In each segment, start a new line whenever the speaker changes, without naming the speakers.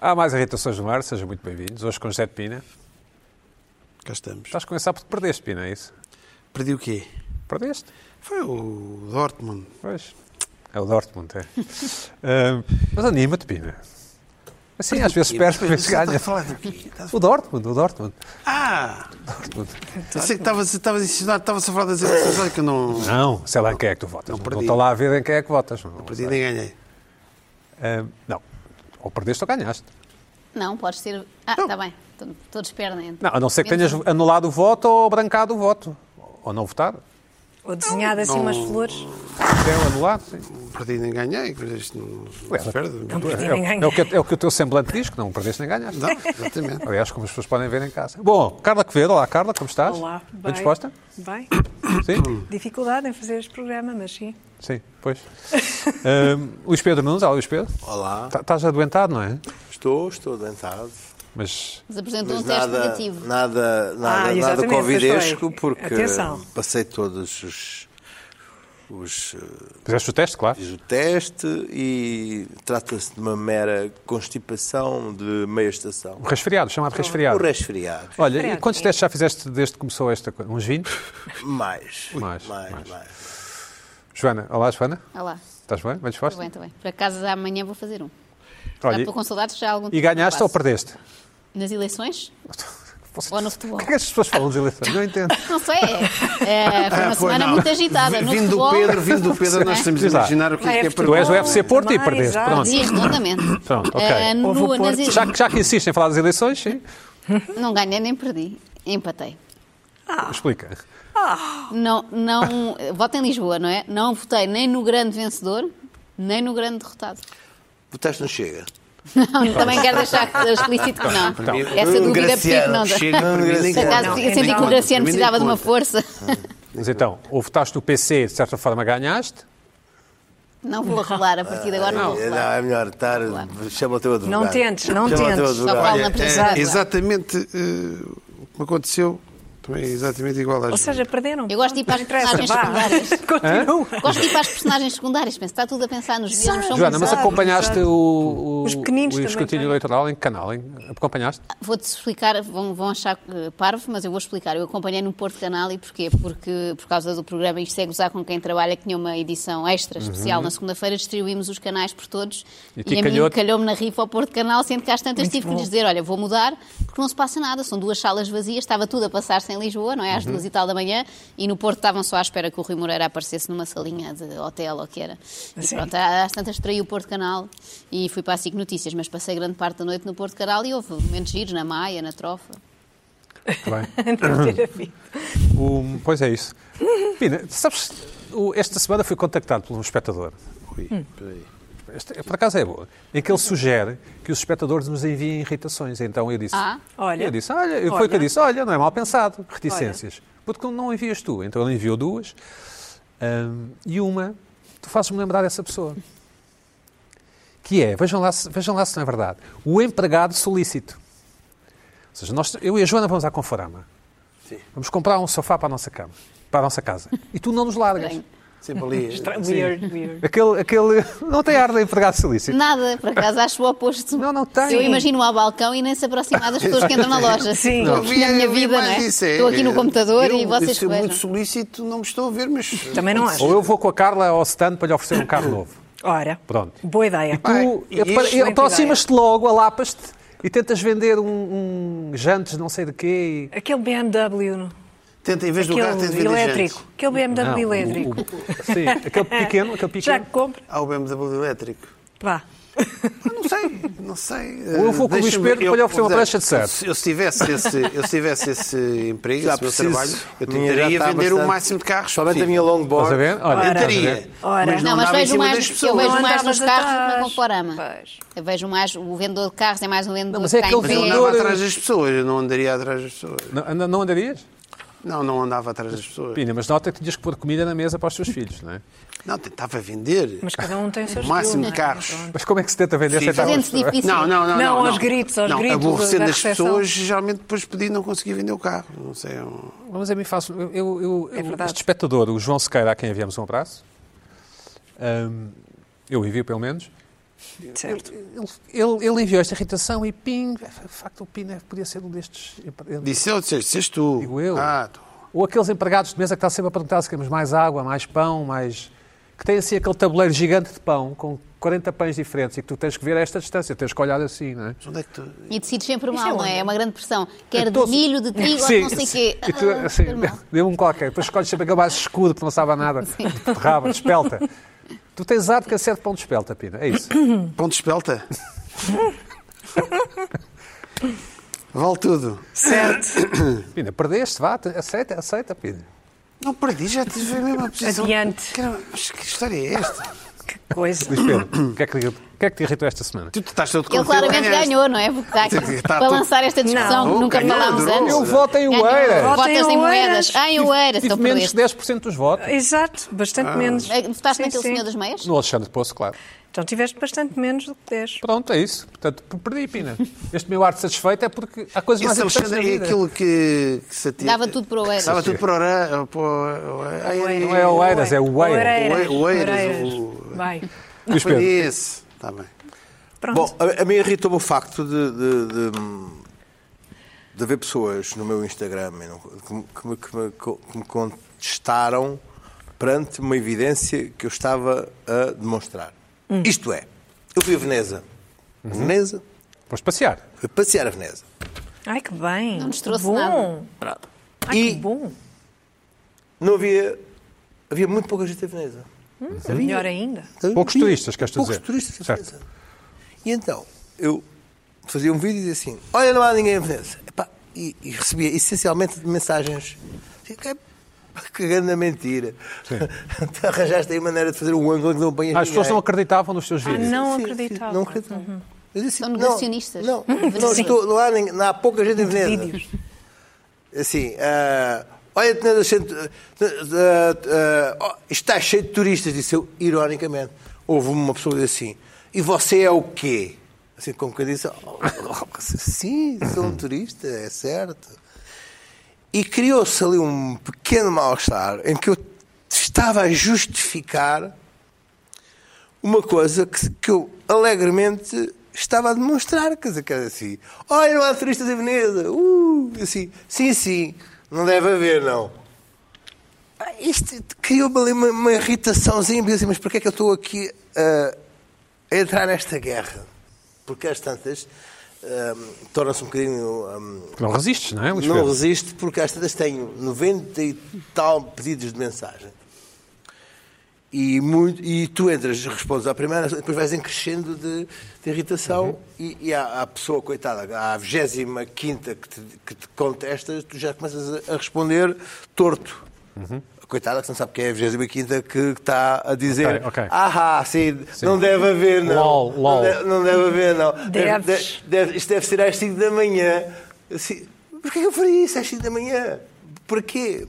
Há mais irritações no ar, sejam muito bem-vindos. Hoje com José de Pina.
Cá estamos.
Tá.
Estás a começar porque perdeste, Pina, é isso?
Perdi o quê?
Perdeste?
Foi o Dortmund.
Pois. É o Dortmund, é. Ahm, mas anima-te, Pina. Assim, às vezes perdes, às vezes
Estás a
ganhas.
falar do quê? Estás a-
O Dortmund, o Dortmund.
Ah!
Dortmund.
Eu sei que estavas estavas a ensinar, estavas a falar das eleições, olha que eu não.
Ah,
Não, sei lá em quem é que tu votas. Não,
perdi.
não está lá a ver em quem é que votas. Não,
Perdi nem ganhei.
Ahm, não. Ou perdeste ou ganhaste.
Não, podes ter. Ah, está bem. Tô- Todos perdem. então.
Não, a não ser que tenhas
Menos
anulado o voto ou brancado o voto. Ou não votado.
Ou desenhado assim umas flores.
Deu é anulado, sim.
Perdi nem ganhei, mas isto não, não se perde. Não,
perdi.
É, o-
Ninguém
é o que, é o que o teu semblante diz, que não perdeste nem ganhaste.
exatamente.
Aliás, como as pessoas podem ver em casa. Bom, Carla Quevedo, olá Carla, como estás?
Olá,
Bem
bem.
disposta?
Bem,
Sim?
dificuldade em fazer este programa, mas sim.
Sim, pois. Ahm, Luís Pedro Nunes, olá Luís Pedro.
Olá,
Tá- Estás adoentado, não é?
estou, estou adoentado.
Mas
Mas apresentou
Mas
um teste
nada,
negativo.
nada, nada, nada
Ah, exatamente,
covidesco,
pois foi.
porque
Atenção.
passei todos os, os, eh,
fizeste o teste, claro.
fiz o teste e trata-se de uma mera constipação de meia estação.
O resfriado, chamado
O
resfriado.
resfriado.
Olha, e
Resfriado,
quantos
é.
testes já fizeste desde que começou esta coisa? Uns 20?
Mais,
Mais,
mais, mais,
mais. Joana, olá Joana,
Olha lá.
estás bem? Bem
Está
disposta?
bem, está bem. Por acaso amanhã vou fazer um. Já
Olha,
estou com saudades já há algum
e ganhaste
que
ou
faço.
perdeste?
Nas eleições?
Vocês-
Ou no futebol?
O que é que as pessoas falam de eleições? Não entendo.
Não sei. É, foi uma
Ah, foi,
semana
não.
muito agitada. No
Vindo
futebol, é?
do Pedro, vindo do Pedro, nós temos de
Diz lá.
imaginar o que é que é
Vai,
para
Tu és o
Bom,
FC Porto e
também,
perdeste.
exato.
Pronto.
Sim, redondamente.
Pronto, ok. um
Eh, no-
Houve o
nas
Porto.
ele-
Já, que- já que insistem em falar das eleições, sim.
Não ganhei nem perdi. Empatei.
Explica.
Não, não, voto em Lisboa, não é? Não votei nem no grande vencedor, nem no grande derrotado.
Votaste não chega.
Não, também quero deixar explícito que não. Essa
Hum,
dúvida porque que
Graciano,
não. é?
chega para mim, nem
Por acaso,
Não,
eu senti que o
conta,
Graciano precisava de uma força.
Mas então, ou votaste no PC e de certa forma ganhaste,
Não vou revelar, a partir de agora não, vou
É, não,
revelar.
é melhor estar. Chama o teu advogado.
Não tentes, não
Chama o teu
tentes.
Só
advogado.
falo na
É
publicidade.
exatamente eh, o que me aconteceu, também é exatamente igual às
Ou seja, perderam.
Eu gosto de ir para as
Não interessa,
personagens
vá.
secundárias.
Continua.
Gosto de ir para as personagens secundárias, penso, está tudo a pensar nos mesmos. são
Joana, mas
muito-
Exato,
acompanhaste
exato.
o, o,
Os pequeninos
o
também é?
escrutínio
têm.
eleitoral em que canal? Em, acompanhaste?
Vou-te explicar, vão, vão achar eh, parvo, mas eu vou explicar. Eu acompanhei no Porto Canal e porquê? Porque por causa do programa Isto é Gozar com Quem Trabalha, que tinha uma edição extra especial na segunda-feira, distribuímos os canais por todos
E
e,
ti
a mim
calhou-te?
calhou-me na rifa ao Porto Canal, sendo que às tantas
Muito
tive que
bom.
lhes dizer, olha, vou mudar, porque não se passa nada, são duas salas vazias, estava tudo a passar-se em Lisboa, não é?
Uhum.
Às duas e tal da manhã, e no Porto estavam só à espera que o Rui Moreira aparecesse numa salinha de hotel ou o que era. E
Sim.
pronto, às tantas traí o Porto Canal e fui para a SIC Notícias, mas passei grande parte da noite no Porto Canal e houve momentos giros na Maia, na Trofa.
Muito bem.
Não ter havido.
O- pois é isso. Pina, sabes, o- esta semana fui contactado por um espectador.
Ui, peraí.
Este, por acaso é boa. Em que ele sugere que os espectadores nos enviem irritações. Então eu disse...
Ah.
Olha.
Eu disse, olha, foi o que eu
Olha.
disse. Olha, não é mal pensado. Reticências. Porque não envias tu. Então ele enviou duas. Ahm, e uma, tu fazes-me lembrar dessa pessoa. Que é, vejam lá, se- vejam lá se não é verdade, o empregado solícito. Ou seja, nós, eu e a Joana vamos à Conforama.
Sim.
Vamos comprar um sofá para a nossa cama, para a nossa casa. E tu não nos largas.
Estranho.
Sempre ali.
Weird, weird.
Aquele, aquele não tem ar de empregado solícito.
Nada, por acaso, acho o oposto.
Não, não tem.
Eu imagino ao balcão e nem se aproximar das pessoas que entram na loja.
Sim.
Estou
Eu
aqui
vi-
na minha
eu vi
vida, não
mais
é?
isso, é-
Estou aqui no computador
eu,
e vocês
isso é muito
vejam.
solícito, não me estou a ver, mas.
Também não acho.
Ou eu vou com a Carla ao stand para lhe oferecer um carro novo.
Ora,
Pronto.
boa ideia.
Tu
e
apare-
excelente
aproximas-te logo, alapas-te e tentas vender um, um jantes não sei de quê. e-
Aquele BMW, no-
Tenta, em vez do carro, tenta
aquele
vender
elétrico.
gente.
Aquele BMW
Não, o-
elétrico.
o- o- sim, aquele pequeno, aquele
Já
pequeno.
que compro,
Há o BMW elétrico.
vá.
Ah, Não sei, não sei. eh,
Ou eu vou com o Luís
Deixa-me-
Pedro
eu-
para lhe oferecer uma
vou dizer,
prancha de surf.
Se eu se tivesse esse, eu se tivesse esse emprego,
Já
esse meu
preciso.
trabalho, eu
Minha já
tentaria
está
vender o
bastante-
máximo de carros
Somente a
possível.
minha
Estás
longboard.
a ver? Olha,
Eu
Ora.
teria.
Ora.
Mas não,
Não, mas
andava em
vejo
cima
mais,
das
eu
pessoas.
vejo
Não
mais
andavas
nos carros
atrás.
na Conforama.
Pois.
Eu vejo mais, o vendedor de carros é mais um vendedor
mas é
que
aquele
Mas eu
Sim.
andava
Sim.
atrás das pessoas, eu não andaria atrás das pessoas.
Não, não- não andarias?
Não, não andava atrás das pessoas.
Pina, mas nota que tinhas que pôr comida na mesa para os teus filhos, não é?
Não, tentava vender.
Mas cada um tem o seu
O
estilo.
máximo
não é?
de carros.
Pronto.
Mas como é que se tenta vender
Sim.
sem estar
Fazendo-se difícil.
Não, não, não.
Não,
Não,
aos gritos, aos
não,
gritos
Aborrecendo
da- da
as
recepção.
pessoas, geralmente depois pedi e não consegui vender o carro. Não sei. é um-
Mas a mim faço. Eu, eu, eu-
É verdade.
este espectador, o João Sequeira, a quem enviamos um abraço, hum, eu envio pelo menos,
Certo.
Ele, ele- ele enviou esta irritação e ping, de facto o PIN é- podia ser um destes.
Disse eu, disseste, disseste tu.
Digo eu.
Ah, tu.
Ou aqueles empregados de mesa que está sempre a perguntar se queremos mais água, mais pão, mais. que tem assim aquele tabuleiro gigante de pão com 40 pães diferentes e que tu tens que ver a esta distância, tens que olhar assim, não é?
Mas onde é que tu...
E decides sempre
Isso
mal,
é
não é?
onde?
É uma grande pressão. Quer de
Então, se-
milho, de trigo, ou de não sei o quê.
E tu,
Ah,
assim,
super mal.
dê-me um qualquer. Depois escolhes sempre aquele mais escuro que não sabe a nada. De raba, de espelta. Tu tens ar de que acerta pão de espelta, Pina. É isso.
Ponto de espelta? vale tudo.
Certo.
Pina, perdeste, vá, te- aceita, aceita, Pina.
Não perdi, já tive a mesma posição.
Adiante.
Caramba, mas que história é esta?
Coisa.
Luís Pedro, o que, é que, o que é que te irritou esta semana?
Tu, tu estás todo
Ele claramente ganhou, não é? Porque está aqui,
Tem que estar
para
tudo-
lançar esta discussão
Não.
que nunca
Ganhou,
falámos
ganhou.
antes.
Eu voto em
Ganhou.
Oeiras.
Voto em
Votas em moedas.
Oeiras.
Ah, em Oeiras,
Tive
então
menos de
perdeste.
10% dos votos.
Exato, bastante menos.
É, Votaste
Sim,
naquele
sim.
senhor das meias?
No Alexandre Poço, claro.
Então tiveste bastante menos do que 10.
Pronto, é isso. Portanto, perdi, Pina. Este meu ar de satisfeito é porque há coisas mais
Esse
importantes na
Alexandre é
vida.
aquilo que, que se atira.
Dava tudo para Oeiras.
Dava tudo para Ora. para o- o-
Não é Oeiras, é Oeiras.
Oeiras.
Oe- Oeiras,
Oeiras.
o-
Vai.
Luís
Foi
Pedro,
esse. Está Tá bem.
Pronto.
Bom, a, a mim irritou-me o facto de, de, de- de haver pessoas no meu Instagram e não- que, me- que me- que me- que me contestaram perante uma evidência que eu estava a demonstrar.
Hum.
Isto é, eu fui a Veneza.
Uhum.
Veneza,
vamos passear.
fui passear a Veneza.
Ai, que bem.
Não nos trouxe
bom.
nada.
Ai,
E-
que bom.
Não havia. Havia muito pouca gente a Veneza.
Melhor ainda.
Poucos
Havia
turistas, queres tu
poucos
dizer?
turistas a
Certo.
Veneza. E então, eu fazia um vídeo e dizia assim: Olha, não há ninguém a Veneza. Epá, e, e recebia essencialmente mensagens. Assim, "Que- Que grande mentira. tu arranjaste aí maneira de fazer um ângulo que não apanhas
Ah, as pessoas não
ninguém."
acreditavam nos teus
Ah,
vídeos.
não
Sim, sim,
acreditava. Uhum.
Não acreditava. Eu disse,
São
não,
negacionistas.
Não, não, estou, não, há, ninguém- não há pouca gente em Veneza. Assim, ah, olha, Veneza, cheio de- ah, ah, oh, está cheio de turistas, disse eu, ironicamente. Houve uma pessoa que disse assim, e você é o quê? Assim, como que eu disse, "Oh, oh, sim, sou um turista, é certo. E criou-se ali um pequeno mal-estar em que eu estava a justificar uma coisa que, que eu alegremente estava a demonstrar, quer dizer, que era assim, olha, não há turistas em Veneza, uh, assim, sim, sim, não deve haver, não. Ah, Isto criou-me ali uma, uma irritaçãozinha, porque assim, mas porquê é que eu estou aqui ah, a entrar nesta guerra? Porque às tantas ahm, torna-se um bocadinho ahm,
Porque não resistes, não é, Luís
não
Pedro?
resisto porque às tantas tenho 90 e tal pedidos de mensagem. E, muito- e tu entras, respondes à primeira, depois vais em crescendo de, de irritação
Uhum.
e, e à, à pessoa, coitada, à 25 que te, que te contestas, tu já começas a, a responder torto.
Uhum.
Coitada, que não sabe quem é a 25 que está a dizer.
Ok, ok.
Ah, sim, não deve haver, não.
Lol, lol.
Não, deve, não deve haver, não. Deve-
Deves.
de- deve- isto deve ser às 5 da manhã. Assim, porquê que eu faria isso às 5 da manhã? Porquê?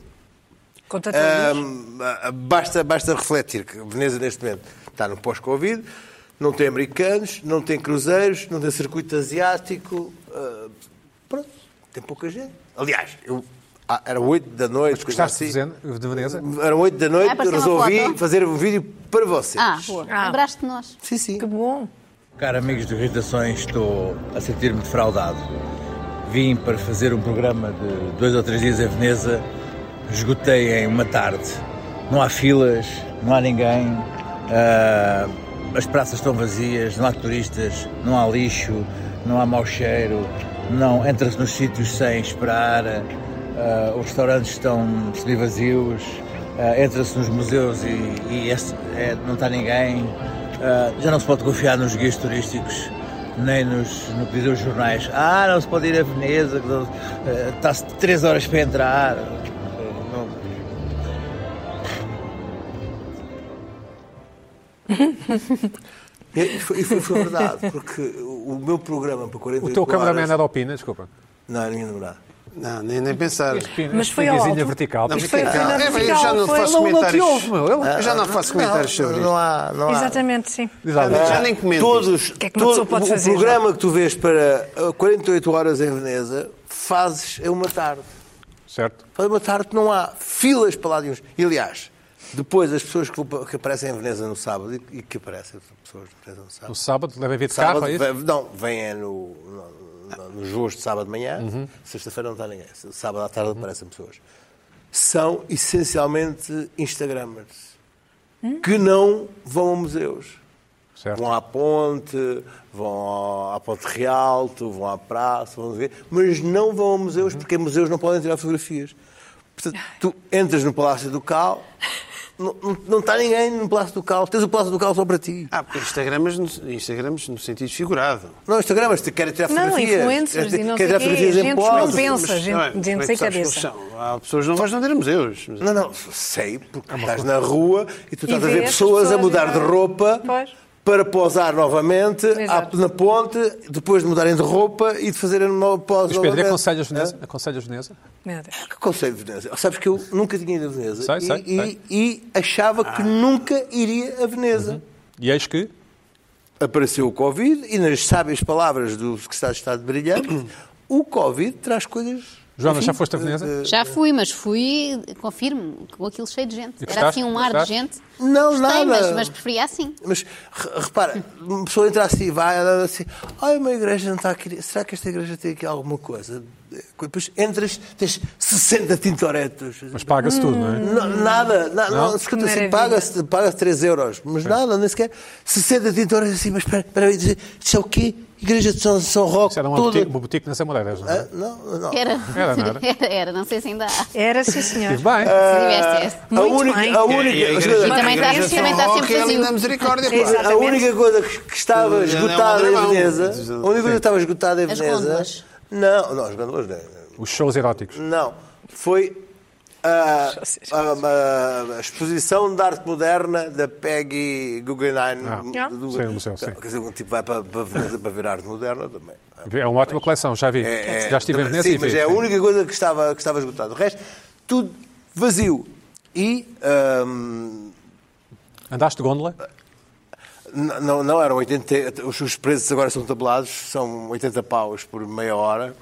Conta tudo.
Ahm, ah, basta, basta refletir que Veneza, neste momento, está no pós-Covid, não tem americanos, não tem cruzeiros, não tem circuito asiático. ah, pronto, tem pouca gente. Aliás, eu, ah, era 8 da noite. coisa
Gostaste de
assim.
Veneza- de Veneza?
Eram 8 da
Ah,
noite,
apareceu uma
resolvi
foto?
fazer um vídeo para vocês.
Ah, boa.
Ah.
Lembraste de nós.
Sim, sim.
Que bom.
Caro amigos do Irritações, estou a sentir-me defraudado. Vim para fazer um programa de dois ou três dias em Veneza, esgotei em uma tarde. Não há filas, não há ninguém, ah, as praças estão vazias, não há turistas, não há lixo, não há mau cheiro, não entra-se nos sítios sem esperar, ah, os restaurantes estão semi-vazios, ah, entra-se nos museus e, e esse- é, não está ninguém. Ah, já não se pode confiar nos guias turísticos, nem nos, no que dizem os jornais. Ah, não se pode ir a Veneza, que não- ah, está-se três horas para entrar. Não-
E foi, e foi- foi verdade, porque o meu programa para 48
O teu cameraman
horas...
era o Pina, desculpa.
Não, era a minha namorada.
Não, nem, nem pensar.
Pina,
Mas
este
foi ao
Pinazinho
alto?
vertical.
Não,
Isto
foi
é-
a final
é, eu
musical,
já não
foi-
faço
Ele não- não te
comentários.
ouve, meu. Ele- Ah,
Eu já não faço comentários sobre
não,
isto.
não há, não há.
Exatamente, sim.
Diz lá,
Não,
Luís.
já nem comentes.
Todos,
que é que uma pessoa
todo-
pode
o
fazer,
programa que tu vês para ah, 48 horas em Veneza, fazes é uma tarde.
Certo?
Faz uma tarde que não há filas para lá de uns. E, aliás, Depois, as pessoas que, vão pa- que aparecem em Veneza no sábado e- e que aparecem pessoas de Veneza no sábado.
No sábado, levem vir de
Sábado,
carro, é isso?
vem- não, vem é no, no, no- nos voos de sábado de manhã,
Uhum.
sexta-feira não está ninguém, sábado à tarde aparecem pessoas. São essencialmente Instagrammers
Hum?
que não vão a museus.
Certo.
Vão à ponte, vão ao- à ponte Rialto, vão à praça, vão não sei o quê, mas não vão a museus porque em museus não podem tirar fotografias. Portanto, tu entras no Palácio do Cal, não, não, não está ninguém no Palácio do Cal, tens o Palácio do Cal só para ti.
Ah, porque Instagramas no, Instagramas no sentido figurado.
Não, Instagram, mas querem tirar
Não,
fotografias.
influencers
Querem
e não
tirar
sei quê,
fotografias em
gente que
poses.
não pensa,
Mas,
gente,
não é, como é
gente
que
sem
sabes que eles
cabeça.
são? Há pessoas que não gostam de ir a museus. mas-
Não, não, sei,
É
porque estás na rua e tu estás a
vê
ver
as
pessoas, a
pessoas
mudar de
entrar.
roupa
Pois.
para posar novamente
Exato.
à- na ponte, depois de mudarem de roupa e de fazerem uma
Mas
pose
Pedro,
novamente.
aconselhas Veneza? Aconselhas Veneza?
Meu Deus.
Que Aconselho Veneza. Sabes que eu nunca tinha ido a Veneza
Sei,
e,
sei,
e-
sei. Ah. Uhum.
e achava que nunca iria a Veneza.
E eis que?
Apareceu o Covid e nas sábias palavras do secretário de Estado de Brilhante, o Covid traz coisas...
Joana,
enfim,
já foste a Veneza?
Já fui, mas fui, confirmo, com aquilo cheio de gente.
E
Era
gostaste?
assim um mar de
Gostaste?
gente.
Não,
Gostei,
nada.
Mas, mas preferia assim.
Mas re- repara, uma pessoa entra assim e vai, ela assim, ai, uma igreja não está aqui, será que esta igreja tem aqui alguma coisa? Depois entras, tens 60 tintoretos.
Mas paga-se tudo, não é?
Não, nada, na, não?
Não?
se conta assim,
Maravilha.
paga-se paga 3 euros, mas nada, nem sequer 60 tintoretos assim, mas espera, espera aí, isto é o quê? Igreja de São, São Roque,
Isso era um uma
toda...
boutique, uma boutique nas Amoreiras, não é?
Hã? Não, não.
Era,
Era, não era?
era, não sei se ainda há. Se
Era sim, senhor.
Estive bem.
eh,
Ah.
tivesse essa.
a
Muito
única,
bem.
a
E
única,
é, a igreja-
E também
tá
a igreja
está-
de São
também está sempre
Roque é ali
vazio.
na misericórdia, pá.
Exato.
A única coisa que que estava
Tudo já não é
esgotada
um
em
drama.
Veneza. A única coisa que estava esgotada em
As
Veneza.
gôndolas.
Não, não, as gôndolas não.
Os shows eróticos.
Não. Foi a, a- a- a exposição de arte moderna da Peggy Guggenheim.
Ah,
do,
sim, no museu, sim.
Quer dizer, um tipo vai para, para Veneza para ver arte moderna também.
É uma ótima coleção, já vi.
É- é-
já estive em
também-
Veneza
sim,
e vi.
mas é a
sim.
única coisa que estava, que estava esgotada. O resto, tudo vazio. E hum, ahm,
Andaste de gôndola?
N- Não, não eram 80. Os, os preços agora são tabelados, são 80 paus por meia hora.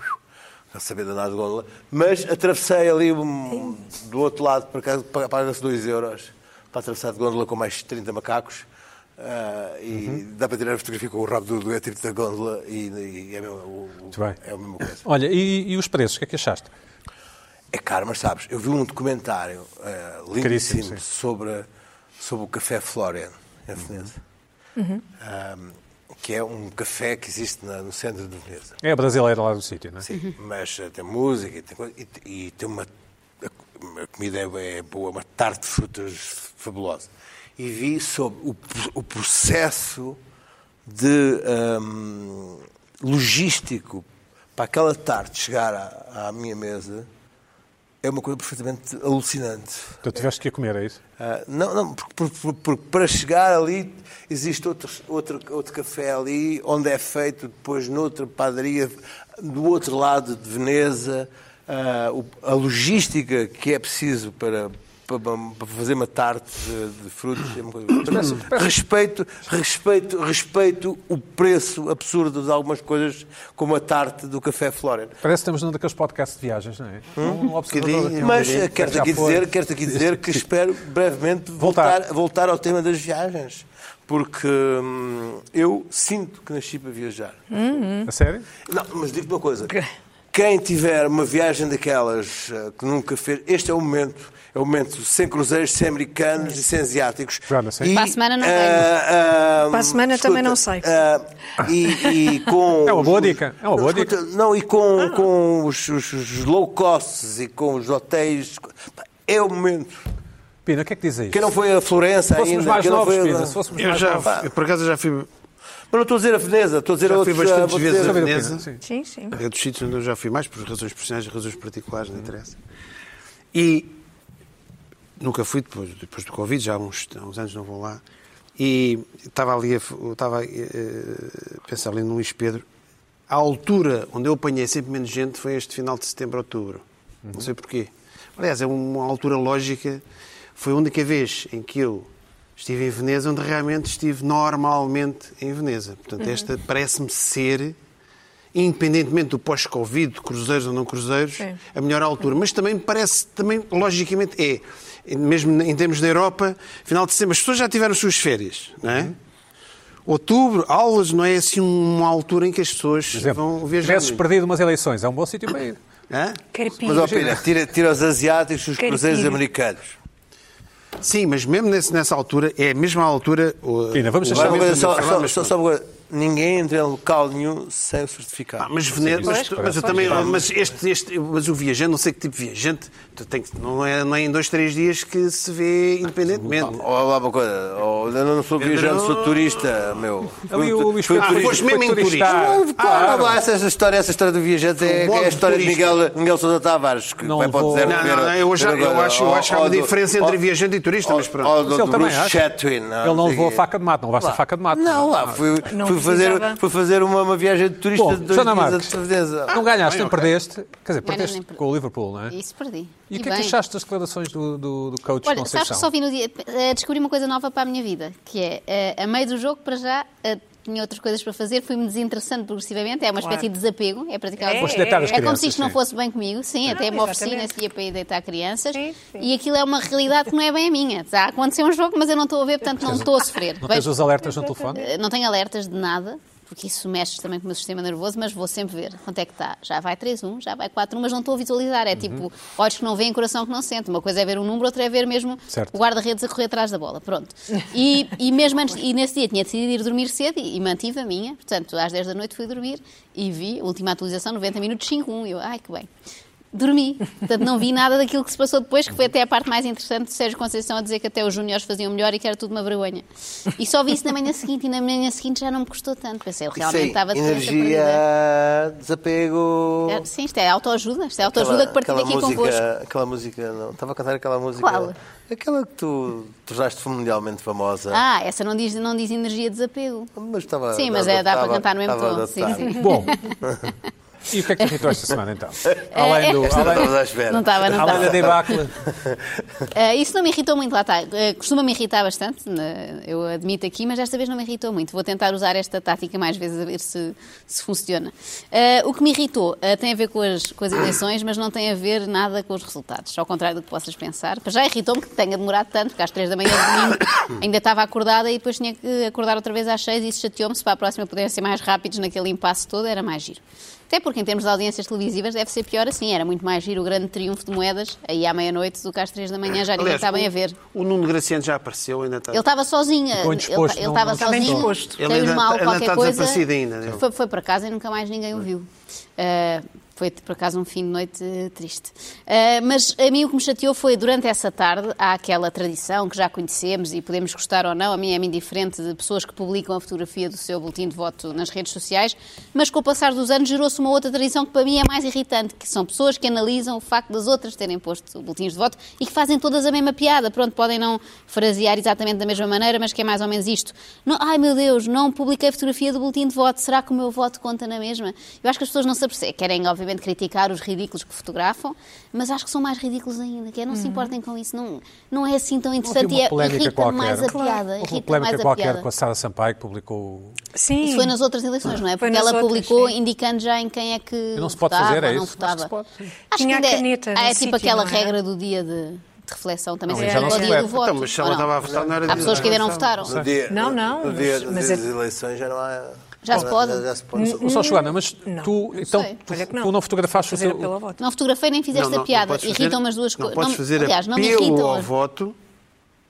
Não sabia danar de gôndola. Mas atravessei ali um- do outro lado, por acaso pa- paga-se 2 euros para atravessar de gôndola com mais 30 macacos. Ah, e
Uhum.
dá para tirar a fotografia com o rabo do, do tipo da gôndola e, e é, mesmo, o,
Muito bem.
é a mesma coisa.
Olha, e, e os preços, o que é que achaste?
É caro, mas sabes, eu vi um documentário eh,
Caríssimo,
lindíssimo
sim.
sobre, sobre o café Florian, em Veneza. Ahm, que é um café que existe na- no centro de Veneza.
É a brasileira lá do sítio, não é?
Sim, né? mas eh, tem música e tem, coisa- e- e tem uma. A co- a comida é é boa, uma tarte de frutas fabulosa. E vi sobre o, pro- o processo de ahm, logístico para aquela tarte chegar à, à minha mesa é uma coisa perfeitamente alucinante.
Tu tiveste que ir comer, é isso?
Ah, não, não, porque, porque- porque- porque para chegar ali existe outro, outro, outro café ali, onde é feito depois noutra padaria do outro lado de Veneza. Ah, o- a logística que é preciso para, para, para fazer uma tarte de, de frutos. é uma coisa- respeito, respeito, respeito o preço absurdo de algumas coisas, como a tarte do café Florian.
Parece que estamos num daqueles podcasts de viagens, não é? Um, um observador aqui, um
Hum? Mas
bocadinho,
eh, quero-te
já
aqui,
foi.
dizer, quero aqui dizer que espero brevemente
Voltar.
voltar. voltar ao tema das viagens. Porque hum, eu sinto que nasci para viajar.
A sério?
Não, mas digo-te uma coisa. Quem tiver uma viagem daquelas eh, que nunca fez, este é o momento. É o momento sem cruzeiros, sem americanos e sem asiáticos.
Joana, sim.
E,
Para a semana não
ah, ah,
Para a semana
escuta,
também não sei.
ah, e, e com
É uma boa
os-
dica, é uma boa
escuta, Não, e com,
Ah.
com os, os- os low costs e com os hotéis. pá, É o momento.
Pina, o que é que diz a isto?
Quem não foi a Florença
Se fôssemos
ainda.
mais
quem não
novos,
foi a-
Pina, se fôssemos
Eu
mais
já,
novos.
fui- por acaso, eu já fui
Mas não estou a dizer a Veneza, estou a dizer a
Já fui
outros.
bastantes
vou
vezes
dizer-
a
Saber a
Veneza.
Pina, sim.
Sim, sim.
É dos sítios onde eu já fui mais, por razões profissionais, razões particulares, não interessa. E nunca fui depois, depois do Covid, já há uns, há uns anos não vou lá. E estava ali, a, f- eu estava eh, a pensar ali no Luís Pedro. A altura onde eu apanhei sempre menos gente foi este final de setembro, outubro. Não sei porquê. Aliás, é uma altura lógica. Foi a única vez em que eu estive em Veneza, onde realmente estive normalmente em Veneza. Portanto, esta parece-me ser independentemente do pós-Covid, de cruzeiros ou não cruzeiros,
Sim.
a melhor altura. Mas também me parece, também logicamente é. Mesmo em termos da Europa, final de setembro, as pessoas já tiveram as suas férias, não é? Outubro, aulas, não é assim uma altura em que as pessoas
Por exemplo,
vão
se
viajar.
tivesses
muito.
perdido umas eleições, é um bom sítio para ir.
Hã?
Carpinho.
Mas, ó Pina, tira, tira os asiáticos e os
Quero
cruzeiros
ir.
americanos.
Sim, mas mesmo nesse- nessa altura, é a mesma altura. o-
Pina, vamos
o-
deixar-
Agora, uma coisa,
Então mesmo-
só, só,
mas-
só, só uma coisa. Ninguém entra em local nenhum sem o
Ah,
certificado.
mas, Veneza, mas,
Pois,
mas eu
pois.
também, mas, este, este, mas o viajante, não sei que tipo de viajante, tu tem que- não, é, não é em dois, três dias que se vê independentemente.
Ó, lá uma coisa. ó, eu não sou
Pedro-
viajante, sou turista, meu.
Ali o Luís
Fui
Pedro
turista.
foste mesmo em
foi
turista.
turistar.
Não, claro, não, essa, essa história, essa história do viajante é,
O modo
é a história de
ah. turista.
Miguel, Miguel Sousa Tavares, que
Não
vai para o
vou-
deserto.
Não,
ver-
não, não, eu já-
ver agora-
eu acho- eu
ó,
acho que há uma
ó, do-
diferença entre
ó,
viajante e turista,
ó,
mas pronto.
ó,
Mas
do-
Mas ele
do
também
Bruce
acha.
Chatwin,
Ele não
sei
levou a
quê.
faca de mato, não levaste a faca de mato.
Não, lá, fui,
Não
fui fazer,
precisava.
fui fazer uma, uma viagem de turista
Bom,
de dois
Joana
dias a
Marques,
Ah,
Providência.
não ganhaste, não perdeste. Quer dizer,
Ganhei,
perdeste
nem perdi.
com o Liverpool, não é?
Isso perdi.
E o que é que
bem.
achaste das declarações do, do, do coach
Olha, sabes que
Conceição?
só vi no dia. eh, Descobri uma coisa nova para a minha vida, que é eh, a meio do jogo, para já, eh, tinha outras coisas para fazer, fui-me desinteressando progressivamente, é uma
Claro.
espécie de desapego, é praticar
É,
Foste deitar as
É como
crianças,
se isto não
sim.
fosse bem comigo, sim, até me ofereci
exatamente.
nesse dia para ir deitar crianças.
Sim, sim.
E aquilo é uma realidade que não é bem a minha. Está a acontecer um jogo, mas eu não estou a ver, portanto não estou a sofrer.
Não tens
Vejo-
os alertas no telefone?
eh, não tenho alertas de nada, porque isso mexe também com o meu sistema nervoso, mas vou sempre ver quanto é que está. Já vai 3-1, já vai 4-1, mas não estou a visualizar. É
Uhum.
tipo olhos que não veem, coração que não sente. Uma coisa é ver um número, outra é ver mesmo
Certo.
o guarda-redes a correr atrás da bola. Pronto. E, e mesmo antes, e nesse dia tinha decidido ir dormir cedo e, e mantive a minha. Portanto, às 10 da noite fui dormir e vi a última atualização, 90 minutos, 5-1. Eu, ai que bem. Dormi, portanto não vi nada daquilo que se passou depois, que foi até a parte mais interessante de Sérgio Conceição a dizer que até os júniores faziam melhor e que era tudo uma vergonha. E só vi isso na manhã seguinte e na manhã seguinte já não me custou tanto. Pensei,
Isso
realmente
aí,
estava de cabeça perdida.
Energia, desapego.
É, Sim, isto é autoajuda, isto é autoajuda que partilho aqui
música,
convosco.
Aquela música, não. Estava a cantar aquela música.
Qual?
Aquela que tu tornaste mundialmente famosa.
Ah, essa não diz, não diz energia de desapego.
Mas estava.
Sim, mas é, dá para cantar no mesmo tom. Sim, sim.
Bom, e o que é que te irritou esta semana então?
É,
Além
é-
do.
Não
Além,
estavas à espera.
Não estava, não
além da
estava.
debacle. um
Ah, isso não me irritou muito, lá está. Ah, Costuma-me irritar bastante, né, eu admito aqui, mas desta vez não me irritou muito. Vou tentar usar esta tática mais vezes a ver se, se funciona. Ah, o que me irritou ah, tem a ver com as, com as eleições, mas não tem a ver nada com os resultados, ao contrário do que possas pensar. Mas já irritou-me que tenha demorado tanto, porque às três da manhã de domingo ainda estava acordada e depois tinha que acordar outra vez às seis e isso chateou-me. Se para a próxima pudessem ser mais rápidos naquele impasse todo, era mais giro. Até porque, em termos de audiências televisivas, deve ser pior assim. Era muito mais giro o grande triunfo de moedas, aí à meia-noite, do que às três da manhã, já ninguém
Aliás,
está tá bem
o-
a ver.
O Nuno Graciano já apareceu, ainda tá- está.
Ele tá estava sozinho.
Ficou
Ele
indisposto,
ele
não-
estava
não
Está bem
sozinho.
disposto.
Ele
Ele ainda
mal,
tá- ele
qualquer
está
coisa.
desaparecido ainda, né? ele.
Foi, foi para casa e nunca mais ninguém o viu. Ah, foi por acaso um fim de noite eh, triste. Ah, mas a mim o que me chateou foi durante essa tarde, há aquela tradição que já conhecemos e podemos gostar ou não, a mim é-me indiferente de pessoas que publicam a fotografia do seu boletim de voto nas redes sociais, mas com o passar dos anos gerou-se uma outra tradição que para mim é mais irritante, que são pessoas que analisam o facto das outras terem posto boletins de voto e que fazem todas a mesma piada. Pronto, podem não frasear exatamente da mesma maneira, mas que é mais ou menos isto. Não- ai meu Deus, não publiquei a fotografia do boletim de voto, será que o meu voto conta na mesma? Eu acho que as pessoas não se apercebem. Querem, obviamente, criticar os ridículos que fotografam, mas acho que são mais ridículos ainda, que é, não se importem com isso, não, não é assim tão interessante
Houve
e
Uhum. uma
é,
polémica
irrita
qualquer.
mais a
Claro.
piada.
Houve uma
Irrita mais
polémica
a
qualquer
piada.
com a Sara Sampaio que publicou.
Sim.
Isso foi nas outras eleições, não é?
Foi
Porque
nas
ela
outras,
publicou
sim.
indicando já em quem é que
E não se pode
votava,
fazer, é
ou não
isso? Acho que se
votava.
pode,
Acho
Tinha
ainda
a caneta
Ah, é
no
tipo
sítio,
aquela
não era?
regra do dia de, de reflexão também.
Não,
se
já
faz
não
ao
se
dia do
reflete.
voto.
Então, mas se ela
ou não?
estava a votar, não era
Há pessoas que ainda não votaram.
No dia,
Não, não,
No dia,
mas-
no
mas
dia
é- Hum,
das eleições já não há.
Já se pode?
Já se pode.
Ô, Só Joana, mas
Não,
tu,
não
então,
sei.
tu,
Olha que não.
tu não fotografaste o
Fazer
teu.
apelo ao voto.
Não fotografei nem fizeste a piada.
podes fazer-
Irritam-me as duas
não
coisas.
Podes fazer
aliás, não me
apelo
irritam.
ao voto.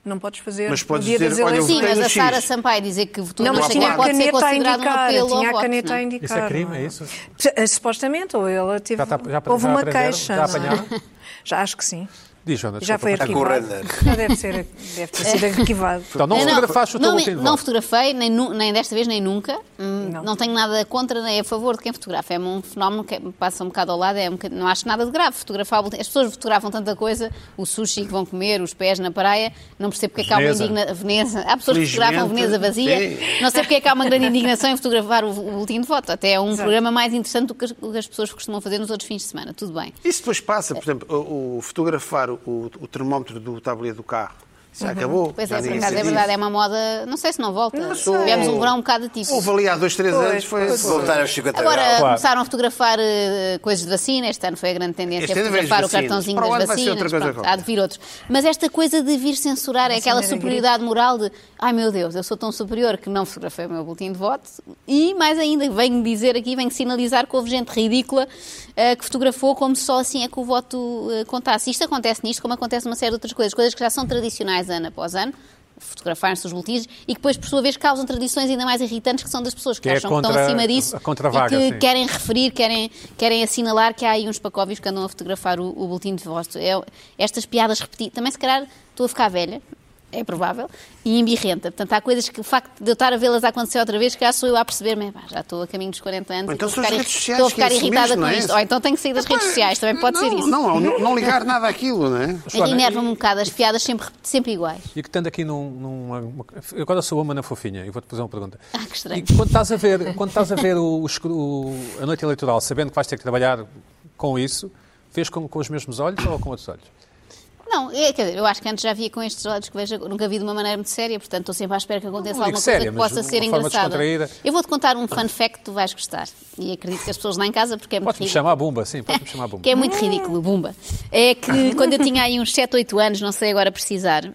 Não podes fazer
Mas
no
podes
dia das
dizer, olha, eu
eleições.
Sim,
votei
mas
no
a
X.
Sara Sampaio dizer que votou
Não,
no
mas tinha
Chega
a
pode ser
caneta a
considerado um
indicar.
apelo ao
Tinha a
voto,
caneta
não
a
é?
indicar.
Isso é crime, é
não
isso?
Se- Supostamente, ou ela teve.
Já tá- já- já
houve uma
aprenderam?
queixa.
Já
não é?
apanharam?
Já acho que sim.
Diz, Joana,
Já
desculpa,
foi
mas-
tá
Está
arquivado.
correndo.
Já deve, ser, deve ter
É.
sido arquivado.
Então, não
Eu
fotografaste o teu
não, me-
boletim de
não
voto.
fotografei, nem, nu- nem desta vez, nem nunca. Hum,
Não.
Não. tenho nada contra nem a favor de quem fotografa. É um fenómeno que me passa um bocado ao lado. É um bocado- não acho nada de grave. Fotografar o boletim- As pessoas fotografam tanta coisa, o sushi que vão comer, os pés na praia. Não percebo porque é que há uma
Veneza.
indigna... Veneza. Há pessoas que fotografam
Felizmente,
Veneza vazia.
sim.
Não sei porque é que há uma grande indignação em fotografar o, o boletim de voto. Até é um
Exato.
programa mais interessante do que as- do que as pessoas costumam fazer nos outros fins de semana. Tudo bem.
Isso depois passa, por exemplo, o, o fotografar o, o termómetro do tabuleiro do carro. Já acabou.
Pois
já
é, por
ninguém
acaso é
sente
verdade, é uma moda. Não sei se não volta.
sei.
Tivemos um verão um bocado
isso.
atípico.
Houve ali há dois, três
Pois,
anos, foi.
pois.
Voltar aos 50
Agora
graus.
começaram a fotografar eh, coisas de vacina, este ano foi a grande tendência
Este
a
ano vem as
fotografar o
vacinas.
cartãozinho
Para o ano
das
vai ser
vacinas,
outra coisa
pronto,
qualquer.
há de vir outros. Mas esta coisa de vir censurar aquela
era
superioridade moral de ai meu Deus, eu sou tão superior que não fotografei o meu boletim de voto e mais ainda, venho dizer aqui, venho sinalizar que houve gente ridícula eh, que fotografou como se só assim é que o voto eh, contasse. Isto acontece nisto como acontece numa série de outras coisas, coisas que já são tradicionais ano após ano. Fotografarem-se os boletins e que depois, por sua vez, causam tradições ainda mais irritantes que são das pessoas que,
Que é
acham que
contra-
estão acima disso
contra a
e
vaga,
que
sim.
querem referir, querem, querem assinalar que há aí uns pacóvios que andam a fotografar o, o boletim de voto. É, estas piadas repetidas. Também, se calhar, estou a ficar velha. É provável. E embirrenta. Portanto, há coisas que o facto de eu estar a vê-las a acontecer outra vez, que já sou eu a perceber-me. pá, Já estou a caminho dos 40 anos.
Ou
e
então são
estou
as
a ficar,
redes sociais
estou a
que
ficar
é isso
irritada
mesmo,
com
não é
isto.
isso?
Ou então tenho que sair das redes sociais. Também pode ser
Não,
isso.
Não, não, não ligar nada àquilo, não é?
Joana,
Enerva-me um bocado as piadas sempre, sempre iguais.
E que estando aqui num- numa. uma- agora sou uma na fofinha e vou-te fazer uma pergunta.
Ah, que estranho.
E quando estás a ver, quando estás a, ver o, o escru- o- a noite eleitoral, sabendo que vais ter que trabalhar com isso, vês com, com os mesmos olhos ou com outros olhos?
Não, é, quer dizer, eu acho que antes já via com estes olhos que vejo, agora. nunca vi de uma maneira muito séria, portanto estou sempre à espera que aconteça
Não digo
alguma
séria,
coisa que
mas
possa
de
ser
uma forma
engraçada.
descontraída.
Eu vou-te contar um fun fact que tu vais gostar. E acredito que as pessoas lá em casa, porque é muito
Podes-me
ridículo.
chamar a Bumba, sim, podes-me chamar a Bumba.
Que é muito ridículo, Bumba. É que quando eu tinha aí uns 7, 8 anos, não sei agora precisar,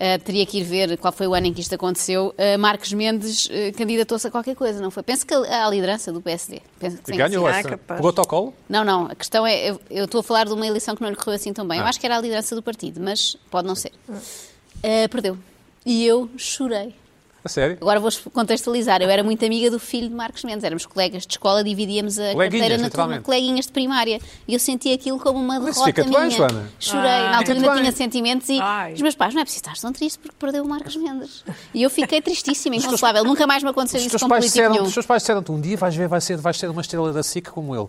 eh, teria que ir ver qual foi o ano em que isto aconteceu, eh, Marcos Mendes eh, candidatou-se a qualquer coisa, não foi? Penso que à liderança do PSD. Penso que
E
sim,
ganhou
sim, ah,
essa.
capaz.
Pegou ao colo?
não, não, a questão é, eu, eu estou a falar de uma eleição que não lhe correu assim tão bem.
Ah.
Eu acho que era a liderança do partido, mas pode não ser. Eh, perdeu. E eu chorei.
A sério?
Agora vou contextualizar. Eu era muito amiga do filho de Marcos Mendes. Éramos colegas de escola, dividíamos a
Coleguinhas,
carteira na turma,
literalmente.
coleguinhas de primária. E eu senti aquilo como uma
Mas
derrota
fica-te
minha.
bem, Joana. Ah.
Chorei. na altura
Fica-te
ainda
bem.
tinha sentimentos e
Ai.
os meus pais, não é preciso estar tão triste porque perdeu o Marcos Mendes. E eu fiquei tristíssima, inconsolável. Nunca mais me aconteceu
Os
isso
teus
com
pais
político
disseram-
nenhum.
os teus pais disseram-te um dia vais ver, vais ser, vais ser uma estrela da SIC como ele.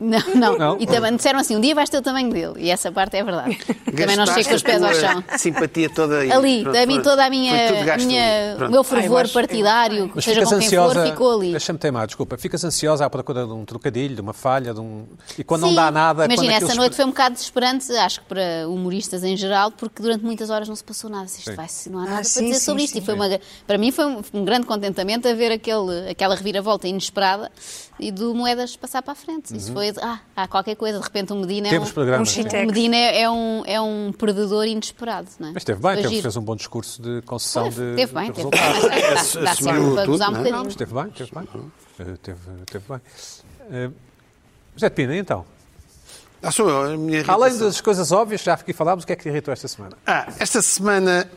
Não, não,
Não?
E também disseram assim: um dia vais ter o tamanho dele. E essa parte é verdade. também não
Gastaste
chego com os pés
a
ao
tua
chão.
Simpatia toda aí.
Ali,
Pronto,
da mim,
pronto.
toda a
Foi tudo
minha, a
gasto
minha-
ali.
o
Pronto.
meu
Ah, eu
fervor
acho-
partidário,
Mas
seja
ficas
com quem for,
ansiosa.
ficou ali.
Deixa-me teimar, desculpa. Ficas ansiosa à procura de um trocadilho, de uma falha, de um. E quando não
Sim.
dá nada.
Imagina,
quando
essa
aquilo
noite foi um bocado desesperante, acho que para humoristas em geral, porque durante muitas horas não se passou nada. Isto vai,
Ah,
não há nada para
sim,
dizer
sim,
sobre isto.
sim.
E foi uma, para mim foi um, um grande contentamento a ver aquele, aquela reviravolta inesperada e do Moedas passar para a frente. Isso foi, ah, há qualquer coisa, de repente o Medina é um,
Uhum. Temos programa.
um
sim.
shit
o Medina é é um, é um perdedor inesperado. Não é?
Mas teve bem,
Foi
teve,
giro.
fez um bom discurso de concessão de,
Teve bem,
de
teve
resultados.
bem. Dá-
Assumiu
Dá sempre para
tudo,
gozar um
não é?
bocadinho.
Teve bem, teve bem. Eh, Teve, teve bem. Eh, José de Pina, e então?
Ah, sou eu, a minha
Além
irritação.
das coisas óbvias, já aqui falámos, o que é que te irritou esta semana?
Ah, esta semana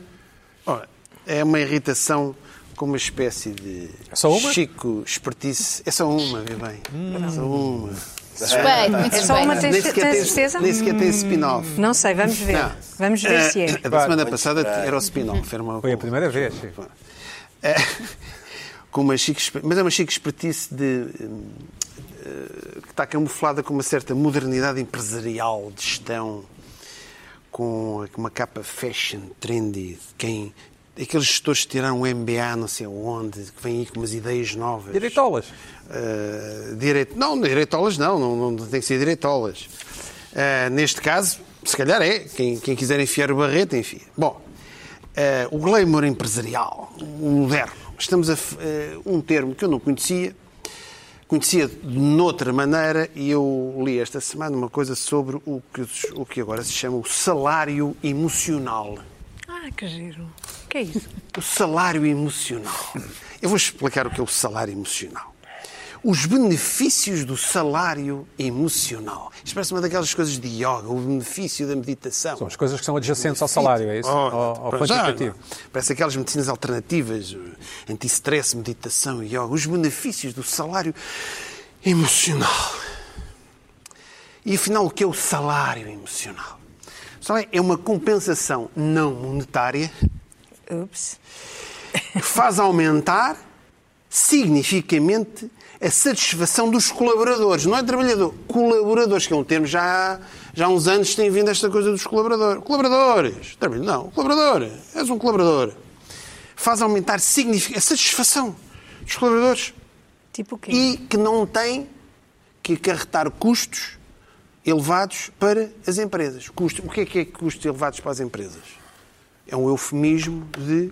ora, é uma irritação com uma espécie de
Só uma? Hum.
Chico espertice. É só uma, vê bem. É só uma. Ah,
Suspeito, muito
É só uma
suspeito.
te-
Nem
Tens-
sequer
tens
tem,
certeza?
nem sequer tem spin-off.
Não sei, vamos ver.
Não. Eh,
Vamos ver se é.
A da semana passada era o spin-off. Era uma
Foi a primeira vez. sim.
É, com uma chique, espe- mas é uma chique espertice de, hum, eh, que está camuflada com uma certa modernidade empresarial de gestão, com uma capa fashion, trendy, de quem, aqueles gestores que tiraram um MBA não sei onde, que vêm aí com umas ideias novas.
Direitolas.
Uh, direito, não, direitolas não, não, não tem que ser direitolas. Uh, neste caso, se calhar é, quem, quem quiser enfiar o barrete, enfia. Bom, uh, o glamour empresarial, o moderno, estamos a f- uh, um termo que eu não conhecia, conhecia de noutra maneira e eu li esta semana uma coisa sobre o que, o que agora se chama o salário emocional.
Ah, que giro. que é isso?
O salário emocional. Eu vou explicar o que é o salário emocional. Os benefícios do salário emocional. Isto parece uma daquelas coisas de yoga, o benefício da meditação.
São as coisas que são adjacentes ao salário, é isso?
Oh,
ao, ao
para já,
quantitativo.
não é? Parece aquelas medicinas alternativas, eh, anti-stress, meditação e yoga. Os benefícios do salário emocional. E afinal, o que é o salário emocional? O salário é uma compensação não monetária
Ups.
que faz aumentar significativamente a satisfação dos colaboradores, não é trabalhador, colaboradores, que é um termo já, já há uns anos tem vindo esta coisa dos colaboradores. Colaboradores, trabalho, não, colaborador, és um colaborador. Faz aumentar significa- a satisfação dos colaboradores
Tipo o quê?
e que não tem que acarretar custos elevados para as empresas. Custo, o que é que é custos elevados para as empresas? é um eufemismo de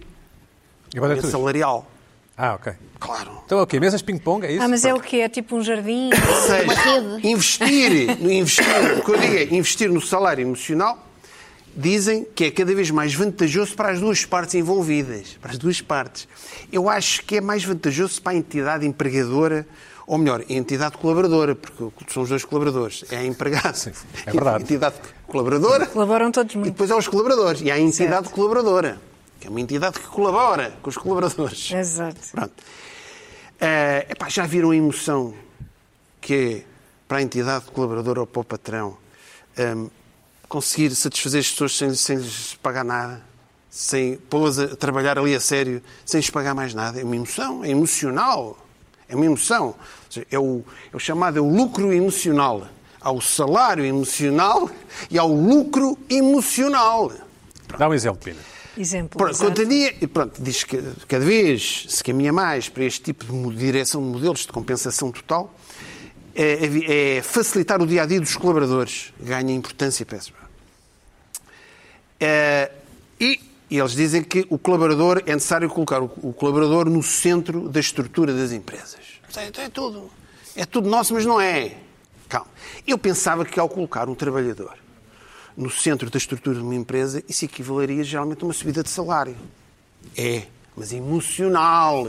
E agora é
aumento
tudo.
salarial.
Ah, ok.
Claro.
Então é o quê? Mesas de ping-pong? É isso?
Ah, mas é o quê? É tipo um jardim?
Ou seja,
rede.
investir, no- investir, o que eu digo é investir no salário emocional, dizem que é cada vez mais vantajoso para as duas partes envolvidas, para as duas partes. Eu acho que é mais vantajoso para a entidade empregadora, ou melhor, a entidade colaboradora, porque são os dois colaboradores, é a empregada.
é verdade.
E a entidade colaboradora
Colaboram todos
e
muito.
depois há os colaboradores, e há a entidade
Certo.
colaboradora, que é uma entidade que colabora com os colaboradores.
Exato.
Pronto. Eh, epá, já viram a emoção que é para a entidade colaboradora ou para o patrão ehm, conseguir satisfazer as pessoas sem, sem lhes pagar nada, sem pô-las a trabalhar ali a sério, sem lhes pagar mais nada? É uma emoção, é emocional. É uma emoção. Ou seja, É o, é o chamado é o lucro emocional. Há o salário emocional e há o lucro emocional.
é-
Dá um exemplo, Pina.
Exemplo.
Pronto,
exato.
continua- e pronto, diz que cada vez se caminha mais para este tipo de mo- direção de modelos de compensação total, é, é vi- é facilitar o dia a dia dos colaboradores, ganha importância, peço. É, e, e eles dizem que o colaborador é necessário colocar o, o colaborador no centro da estrutura das empresas. Portanto, é tudo. É tudo nosso, mas não é. Calma. Eu pensava que ao colocar um trabalhador no centro da estrutura de uma empresa, isso equivaleria geralmente a uma subida de salário. É, mas emocional.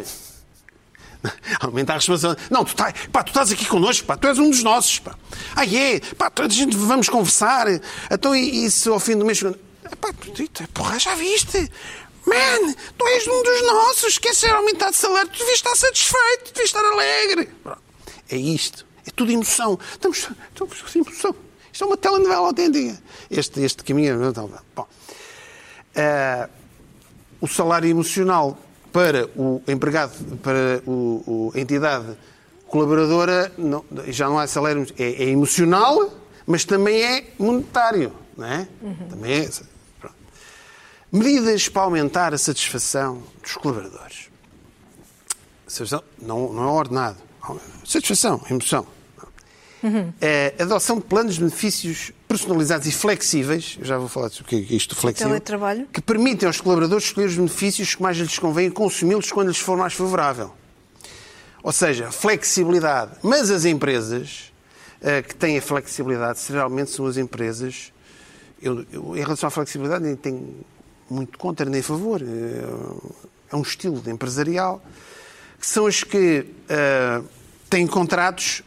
Aumenta a responsabilidade. Não, tu, tá, pá, tu estás aqui connosco, pá, tu és um dos nossos. Pá. Ah, é? Pá, tu- a gente vamos conversar. Então, e, e se ao fim do mês. "Ah, Pá, tu- tu- porra, já viste? Man, tu és um dos nossos. Quer ser aumentado de salário? Tu devias estar satisfeito, tu devias estar alegre. Pronto. É isto. É tudo emoção. Estamos, estamos com emoção. Isto é uma telenovela autêntica. Este, este caminho é uma telenovela. Bom. Ah, o salário emocional para o empregado, para o, o- a entidade colaboradora, não- já não há salário, é, é emocional, mas também é monetário, não é? Também é. pronto. Medidas para aumentar a satisfação dos colaboradores. Satisfação não, não é ordenado. Satisfação, emoção. É, adoção de planos de benefícios personalizados e flexíveis, eu já vou falar sobre o que é isto flexível,
Teletrabalho.
que permitem aos colaboradores escolher os benefícios que mais lhes convém e consumi-los quando lhes for mais favorável. Ou seja, flexibilidade. Mas as empresas eh, que têm a flexibilidade, geralmente são as empresas. Eu, eu, em relação à flexibilidade, nem tenho muito contra nem a favor. Eh, É um estilo de empresarial. Que são as que eh, têm contratos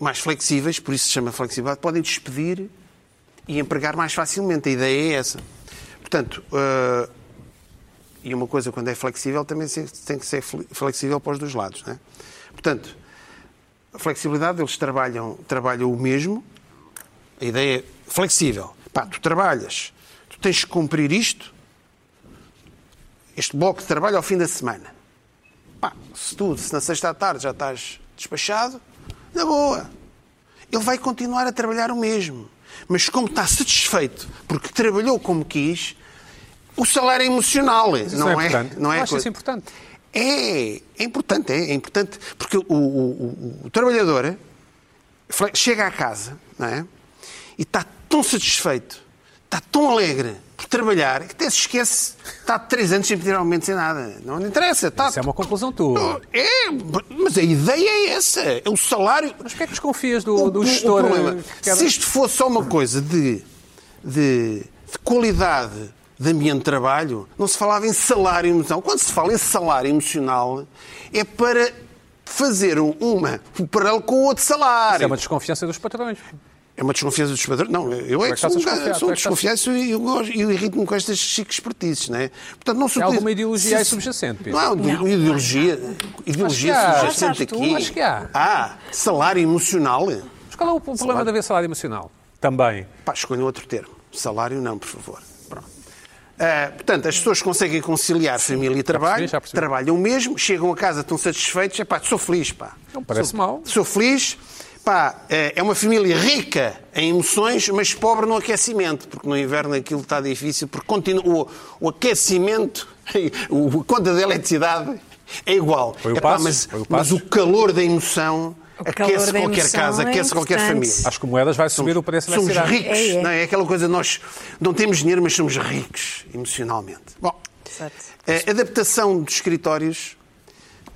mais flexíveis, por isso se chama flexibilidade, podem despedir e empregar mais facilmente. A ideia é essa. Portanto, eh, e uma coisa, quando é flexível, também se- tem que ser fle- flexível para os dois lados. Né? Portanto, a flexibilidade, eles trabalham, trabalham o mesmo. A ideia é flexível. Pá, tu trabalhas, tu tens que cumprir isto, este bloco de trabalho ao fim da semana. Pá, se tu, se na sexta à tarde já estás despachado, na boa. Ele vai continuar a trabalhar o mesmo. Mas como está satisfeito porque trabalhou como quis, o salário é emocional.
Mas isso
não, é,
importante.
não é
Eu acho
coisa-
isso importante.
é, é importante, é, é importante, porque o, o- o- o trabalhador fle- chega à casa não é? e está tão satisfeito, está tão alegre por trabalhar, que até se esquece, está há três anos sem pedir aumento, sem nada. Não lhe interessa, está.
Isso é uma conclusão tua.
É, mas a ideia é essa, é o salário.
Mas porquê é que desconfias do, do
O- o- o
gestor?
problema,
eh, que quer-
Se isto fosse só uma coisa de, de, de qualidade de ambiente de trabalho, não se falava em salário emocional. Quando se fala em salário emocional, é para fazer um- uma, um paralelo com outro
Isso
salário.
é uma desconfiança dos patrões.
É uma desconfiança dos padrões? Não, eu
é
é que
que
sou um
estás
bocado-
desconfiado?
sou um
Como é que estás-
desconfianço e eu, gosto- eu irrito-me com estas chiques pertices, não é? Portanto, não se
Há
utiliza-
alguma ideologia aí
se-
subjacente, Pedro?
Não, há ide- ideologia, ideologia
Acho que há.
subjacente
Achas tu?
aqui.
Acho que há.
Ah, salário emocional?
Mas qual é o problema de haver salário emocional? Também.
Pá, escolham outro termo. Salário não, por favor. Pronto. Ah, portanto, as pessoas conseguem conciliar família e trabalho,
percebi, já percebi.
trabalham mesmo, chegam a casa tão satisfeitos, é um pá, sou feliz, pá.
Não parece
sou,
mal.
Sou feliz, pá, é é uma família rica em emoções, mas pobre no aquecimento, porque no inverno aquilo está difícil, porque continua, o, o aquecimento, o, a conta da eletricidade é igual.
Foi o
Epá,
Passos,
mas,
foi o
mas
Passos.
o calor da emoção
calor
aquece
da
qualquer
emoção
casa,
é
aquece qualquer
importante.
família.
Acho que moedas vai subir o preço da
Somos
cidade.
ricos,
É, é.
não é? É Aquela coisa, nós não temos dinheiro, mas somos ricos emocionalmente. Bom,
Exato.
a adaptação de escritórios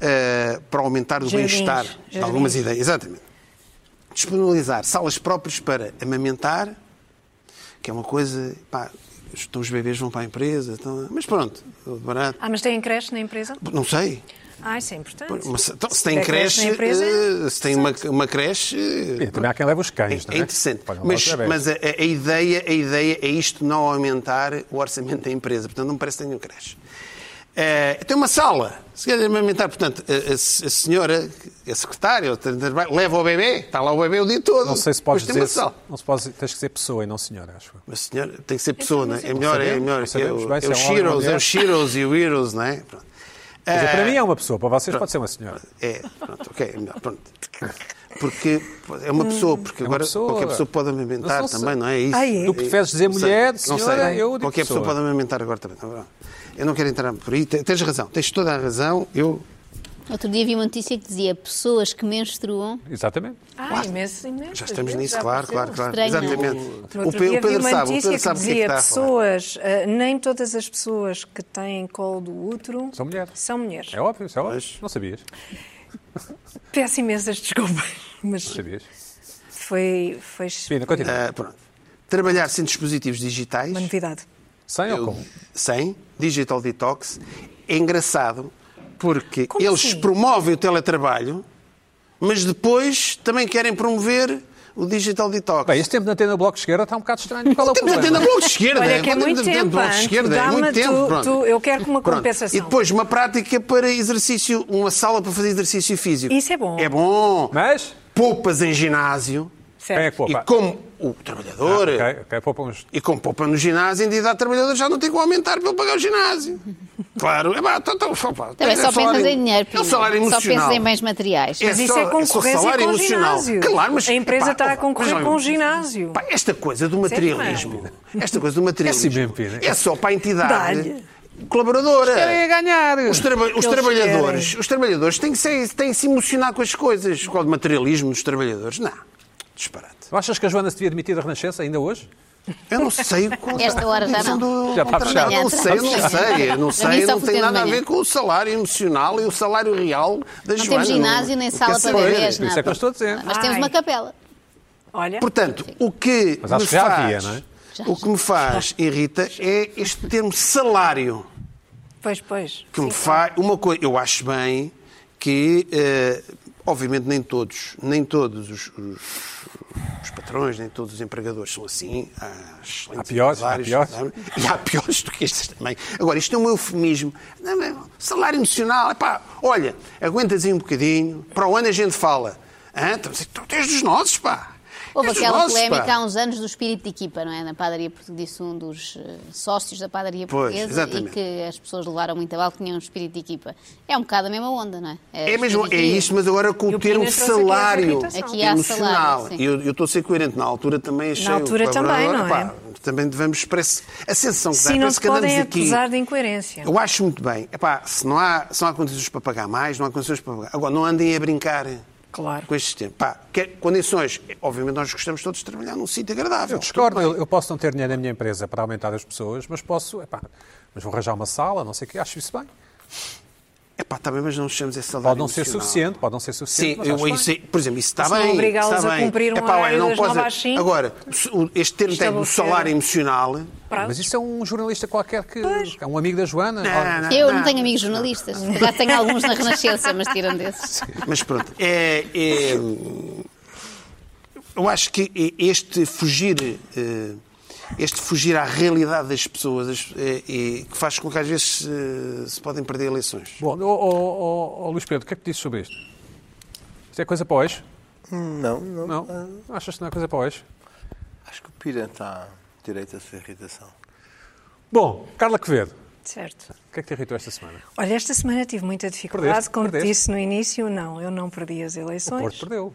eh, para aumentar o
Jardins,
bem-estar.
jardins.
Algumas ideias, exatamente. Disponibilizar salas próprias para amamentar, que é uma coisa. Pá, então os bebês vão para a empresa, então- mas pronto, barato.
Ah, mas tem creche na empresa?
Não sei.
Ah, isso é importante.
Mas, então, se
Se
tem
tiver creche
creche,
na empresa,
eh, se tem uma, uma creche, eh,
E também há quem leva os cães, não
é
é?
interessante.
Pagam lá
Mas,
os bebés.
mas a, a- a ideia, a ideia é isto não aumentar o orçamento da empresa. Portanto, não me parece que tenha um creche. Eh, tem uma sala. Se quer aumentar, portanto, a, a- a senhora, a secretária, ou tra- tra- leva o bebê, está lá o bebê o dia todo.
Não sei se podes
Depois tem
dizer.
uma sala.
Não se pode, tens que ser pessoa e não senhora, acho eu.
Mas senhor, tem que ser pessoa, não é? É melhor, é
sabemos,
melhor.
não sabemos
É o-
bem se
é
é
os
um homem ou uma
Shiros, é
mulher.
os Shiros e o Heroes, não é? Pronto.
Quer dizer,
Eh,
para mim é uma pessoa, para vocês pode ser uma senhora.
É, pronto, ok, é melhor, pronto. Porque é uma pessoa, porque
uma
agora
pessoa.
qualquer pessoa pode amamentar
Não sei se-
também, não é isso?
Ah, é?
Tu preferes dizer
Não sei,
mulher,
não sei.
senhora, eu digo
Qualquer pessoa
pessoa.
pode amamentar agora também. não é? Eu não quero entrar por aí. Te- Tens razão, tens toda a razão. Eu
Outro dia vi uma notícia que dizia pessoas que menstruam
Exatamente.
Ah, imenso, imenso.
já estamos
Já
nisso, claro,
apareceu.
claro, claro.
Estranho.
Exatamente.
No outro dia vi uma
o
notícia
Pedro
que
sabe o que é que
dizia
está a falar.
pessoas, eh, nem todas as pessoas que têm colo do útero
São mulheres.
São mulheres.
É óbvio, isso é óbvio.
Pois.
Não sabias.
Peço imensas desculpas,
Não
mas
sabias.
foi, foi
Pina, continua.
Ah, pronto. Trabalhar sem dispositivos digitais.
uma novidade.
Sem ou
Eu-
com?
sem digital detox. É engraçado porque
Como
eles
assim?
promovem o teletrabalho, mas depois também querem promover o digital detox.
Bem, este tempo na tenda Bloco de Esquerda está um bocado estranho. Qual é o
Temos de
problema?
atender bloco de esquerda.
Olha que é
Temos de
muito
atender
tempo,
bloco de
Anto,
esquerda, é
dá-me
muito
tu-
tempo. pronto.
tu- eu quero que uma
Pronto.
compensação.
E depois uma prática para exercício, uma sala para fazer exercício físico.
Isso é bom.
É bom.
Mas,
Poupas em ginásio
quem é que
Certo.
poupa?
e como o
Ah,
trabalhador
Ok, ok, poupa uns.
e como poupa no ginásio, a entidade trabalhadora já não tem como aumentar para ele pagar o ginásio. Claro, é pá, então, então, só, pá,
Também
é
só
salário-
pensas em
É
dinheiro,
o
Pina.
salário
só
emocional.
pensas em bens materiais.
Mas isso
só-
é
só
concorrência
salário
com o
emocional.
ginásio.
Claro, mas,
a empresa
pá,
está a
mas
concorrer
olha,
com o ginásio.
Pá, esta coisa do materialismo, esta coisa do materialismo
É assim mesmo, Pina.
é só para a entidade
Dá-lhe.
colaboradora.
Querem ganhar.
Os, traba- os
Eles
trabalhadores, os trabalhadores têm que, ser, têm que se emocionar com as coisas. Qual o materialismo dos trabalhadores? Não. Disparate.
Tu achas que a Joana se devia demitir da Renascença ainda hoje?
Eu não sei o qual
Esta hora já
condição
não.
do-
Já está fechado.
Eu não sei, eu não sei, eu não
Para mim
sei,
só
não
por ter
tem
de
nada a
manhã.
ver com o salário emocional e o salário real da
Não
Joana,
temos ginásio nem
não é? assim,
sala
quer
para
saber.
bebês, é?
Por isso é que eu
nada.
estou a dizer.
Mas temos
Ai.
uma capela.
Olha,
Portanto, o que
Mas acho
me
que já
faz,
havia, não é?
o que me faz irrita é este termo salário.
pois, pois.
que um me faz uma coisa. Eu acho bem que, eh, obviamente, nem todos, nem todos os, os- os patrões, nem todos os empregadores são assim. Há, excelentes
Há piores, há
empresários,
piores.
sabe? E há piores do que estes também. Agora, isto é um eufemismo. Não, não, salário emocional, epá, olha, aguentas aí um bocadinho, para o ano a gente fala. Hã? Então, tu és dos nossos, pá.
Houve
És dos
aquela
nossos, pá.
polémica há uns anos do espírito de equipa, não é? Na padaria portuguesa, disse um dos eh, sócios da padaria
Pois,
portuguesa
exatamente.
e que as pessoas levaram muito a bala que tinham um espírito de equipa. É um bocado a mesma onda, não é?
É mesmo, é
espírito de-
isso, mas agora com
E o
o termo
Pina trouxe aqui
salário
essa irritação.
Aqui há
emocional.
salário, sim.
E eu eu estou a ser coerente. Na altura também achei. o
altura também,
colaborador,
não é?
epá, também devemos. Parece, a sensação é que dá
Sim, não
parece
se
que andamos
podem
aqui.
acusar de incoerência.
Eu acho muito bem. Epá, se, não há, se não há condições para pagar mais, não há condições para pagar. Agora, não andem a brincar
Claro.
com este sistema. Pá, que- condições. Obviamente, nós gostamos todos de trabalhar num sítio agradável.
Eu discordo, eu, eu posso não ter dinheiro na minha empresa para aumentar as pessoas, mas posso, epá, mas vou arranjar uma sala, não sei o quê, acho isso bem.
Epá, está bem, mas não chamamos esse salário.
Pode não ser
emocional.
suficiente, pode não ser suficiente,
Sim,
mas
eu,
acho bem.
isso, é- por exemplo, isso está
Se não
bem.
obrigá-los
está
a
bem.
cumprir um
Epá, olha,
horário
não
das
posso-
nove às cinco.
Agora, se o- este termo tem do
Estabelecer.
salário emocional.
Pronto.
Mas isso é um jornalista qualquer que. É um amigo da Joana. olha,
não,
Eu não tenho amigos jornalistas. Já tenho alguns na Renascença, mas tirando desses.
Mas pronto, é, é- eu acho que é este fugir, eh, este fugir à realidade das pessoas as- eh, eh, que faz com que às vezes eh, se podem perder eleições.
Bom, ó ó- ó- ó, Luís Pedro, o que é que dizes sobre isto? Isto é coisa para hoje?
Não, não.
Não?
Ah.
Achas que não é coisa para hoje?
Acho que o Pira está direito a essa irritação.
Bom, Carla Quevedo,
Certo.
o que é que te irritou esta semana?
Olha, esta semana tive muita dificuldade,
Perdeste,
como
perdeste.
disse no início, não, eu não perdi as
O
eleições.
Porto perdeu.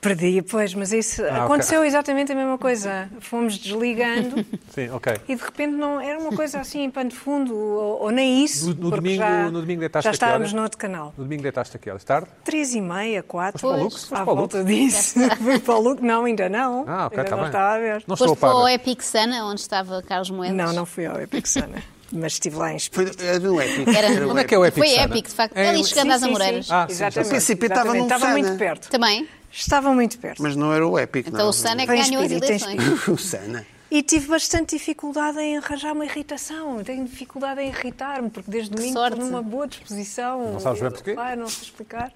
Perdi, pois, mas isso
Ah, ok.
aconteceu exatamente a mesma coisa. Fomos desligando
Sim, ok.
e de repente não era uma coisa assim em pano de fundo, ou, ou nem isso.
No- no
porque
domingo-
já,
no domingo deitaste a
Já
que
estávamos
horas?
no outro canal.
No domingo deitaste aqui horas tarde?
Três e meia, quatro.
Foste para o Lux? Foste
À
para o
volta disso. Fui para o Luke? Não, ainda não.
Ah, ok,
ainda
está
não
bem.
estava a ver.
Não estou a
Foste para o
par.
Epic Sana, onde estava Carlos Moedas.
Não, não fui ao Epic Sana, mas estive lá em Espanha.
Foi, era do Epic.
Era-
Era o
Onde é que é o Epic
Foi
Sana?
épico, de facto.
É,
ali
o-
chegando às Amoreiras.
Ah, sim,
exatamente.
já sei.
O PCP estava
exatamente.
num
Estava
Sana.
muito perto.
Também.
Estava muito perto.
Mas não era o Epic,
Então
não.
o Sana é que
Vem
ganhou as
espírito, tem
eleições.
O Sana.
E tive bastante dificuldade em arranjar uma irritação. Tenho dificuldade em irritar-me, porque desde domingo
sorte.
estou numa boa disposição.
Não sabes bem porquê?
Ah, não sei explicar.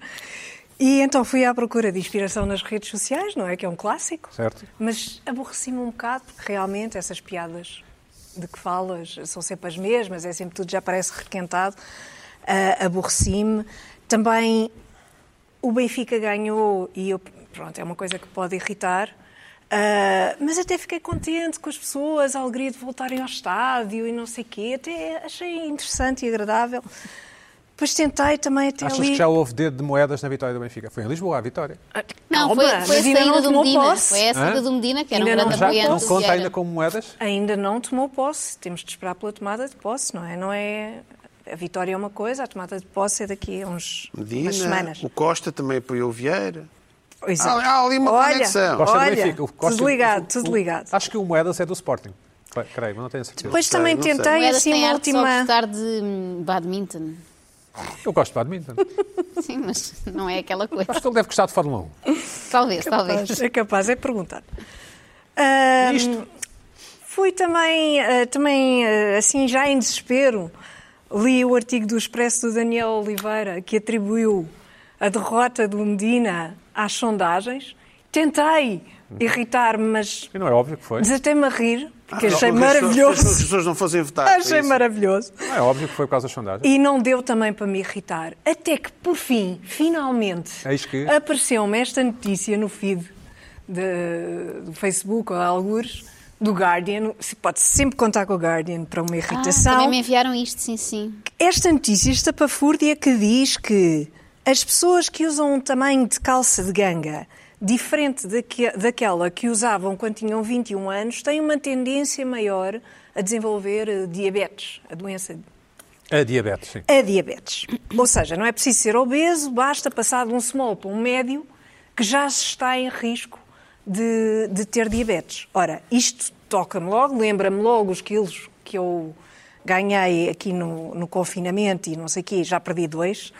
E então fui à procura de inspiração nas redes sociais, não é? Que é um clássico.
Certo.
Mas aborreci-me um bocado, porque realmente essas piadas de que falas são sempre as mesmas, é sempre tudo já parece requentado. Ah, aborreci-me. Também o Benfica ganhou e eu, pronto, é uma coisa que pode irritar. ah, mas até fiquei contente com as pessoas, a alegria de voltarem ao estádio e não sei o quê. Até achei interessante e agradável. Depois tentei também
é
até
Achas
ali...
que já houve dedo de moedas na vitória do Benfica? Foi em Lisboa, a vitória.
Ah,
Não, foi,
calma,
foi a
mas ainda
saída
não
do
tomou
Medina.
posse.
Foi a saída
Hã?
do Medina, que era um
Ainda não
grande
Já
Apoiante
apoiante.
não
do
conta
Vieira.
ainda como moedas?
Ainda não tomou posse. Temos de esperar pela tomada de posse, não é? Não é... A vitória é uma coisa, a tomada de posse é daqui a uns, umas
Medina,
semanas.
o Costa também apoiou o Vieira.
Exato.
Há- há ali uma
olha,
conexão.
Costa é do
olha,
Benfica, o Costa-
tudo ligado,
o-
tudo
o-
ligado.
Acho que o moedas é do Sporting. Cre- Creio, mas não tenho certeza.
Depois também
não sei.
tentei
Moedas
assim
tem
uma
arte só a
última.
gostar de hum, badminton.
Eu gosto de badminton.
Sim, mas não é aquela coisa.
Acho que ele deve gostar de Fórmula 1.
Talvez, talvez.
Capaz, é capaz, é perguntar. Ah,
Isto.
Fui também, ah, também ah, assim, já em desespero, li o artigo do Expresso do Daniel Oliveira que atribuiu a derrota do Medina às sondagens. Tentei irritar-me, mas
E não é óbvio que foi.
desatei-me a rir, porque
Ah, Não,
achei
porque as pessoas- porque As
maravilhoso.
pessoas não fossem votar. foi
Achei
isso.
maravilhoso.
Não é óbvio que foi por causa das sondagens.
E não deu também para me irritar. Até que, por fim, finalmente,
Eis que-
apareceu-me esta notícia no feed de- do Facebook ou algures do Guardian. Se pode sempre contar com o Guardian para uma
Ah,
irritação.
também me enviaram isto, sim, sim.
Esta notícia estapafúrdia que diz que as pessoas que usam um tamanho de calça de ganga diferente daque- daquela que usavam quando tinham 21 anos têm uma tendência maior a desenvolver eh, diabetes, a doença
A diabetes, sim.
a diabetes. Ou seja, não é preciso ser obeso, basta passar de um small para um médio que já se está em risco de, de ter diabetes. Ora, isto toca-me logo, lembra-me logo os quilos que eu ganhei aqui no, no confinamento e não sei o quê, já perdi dois,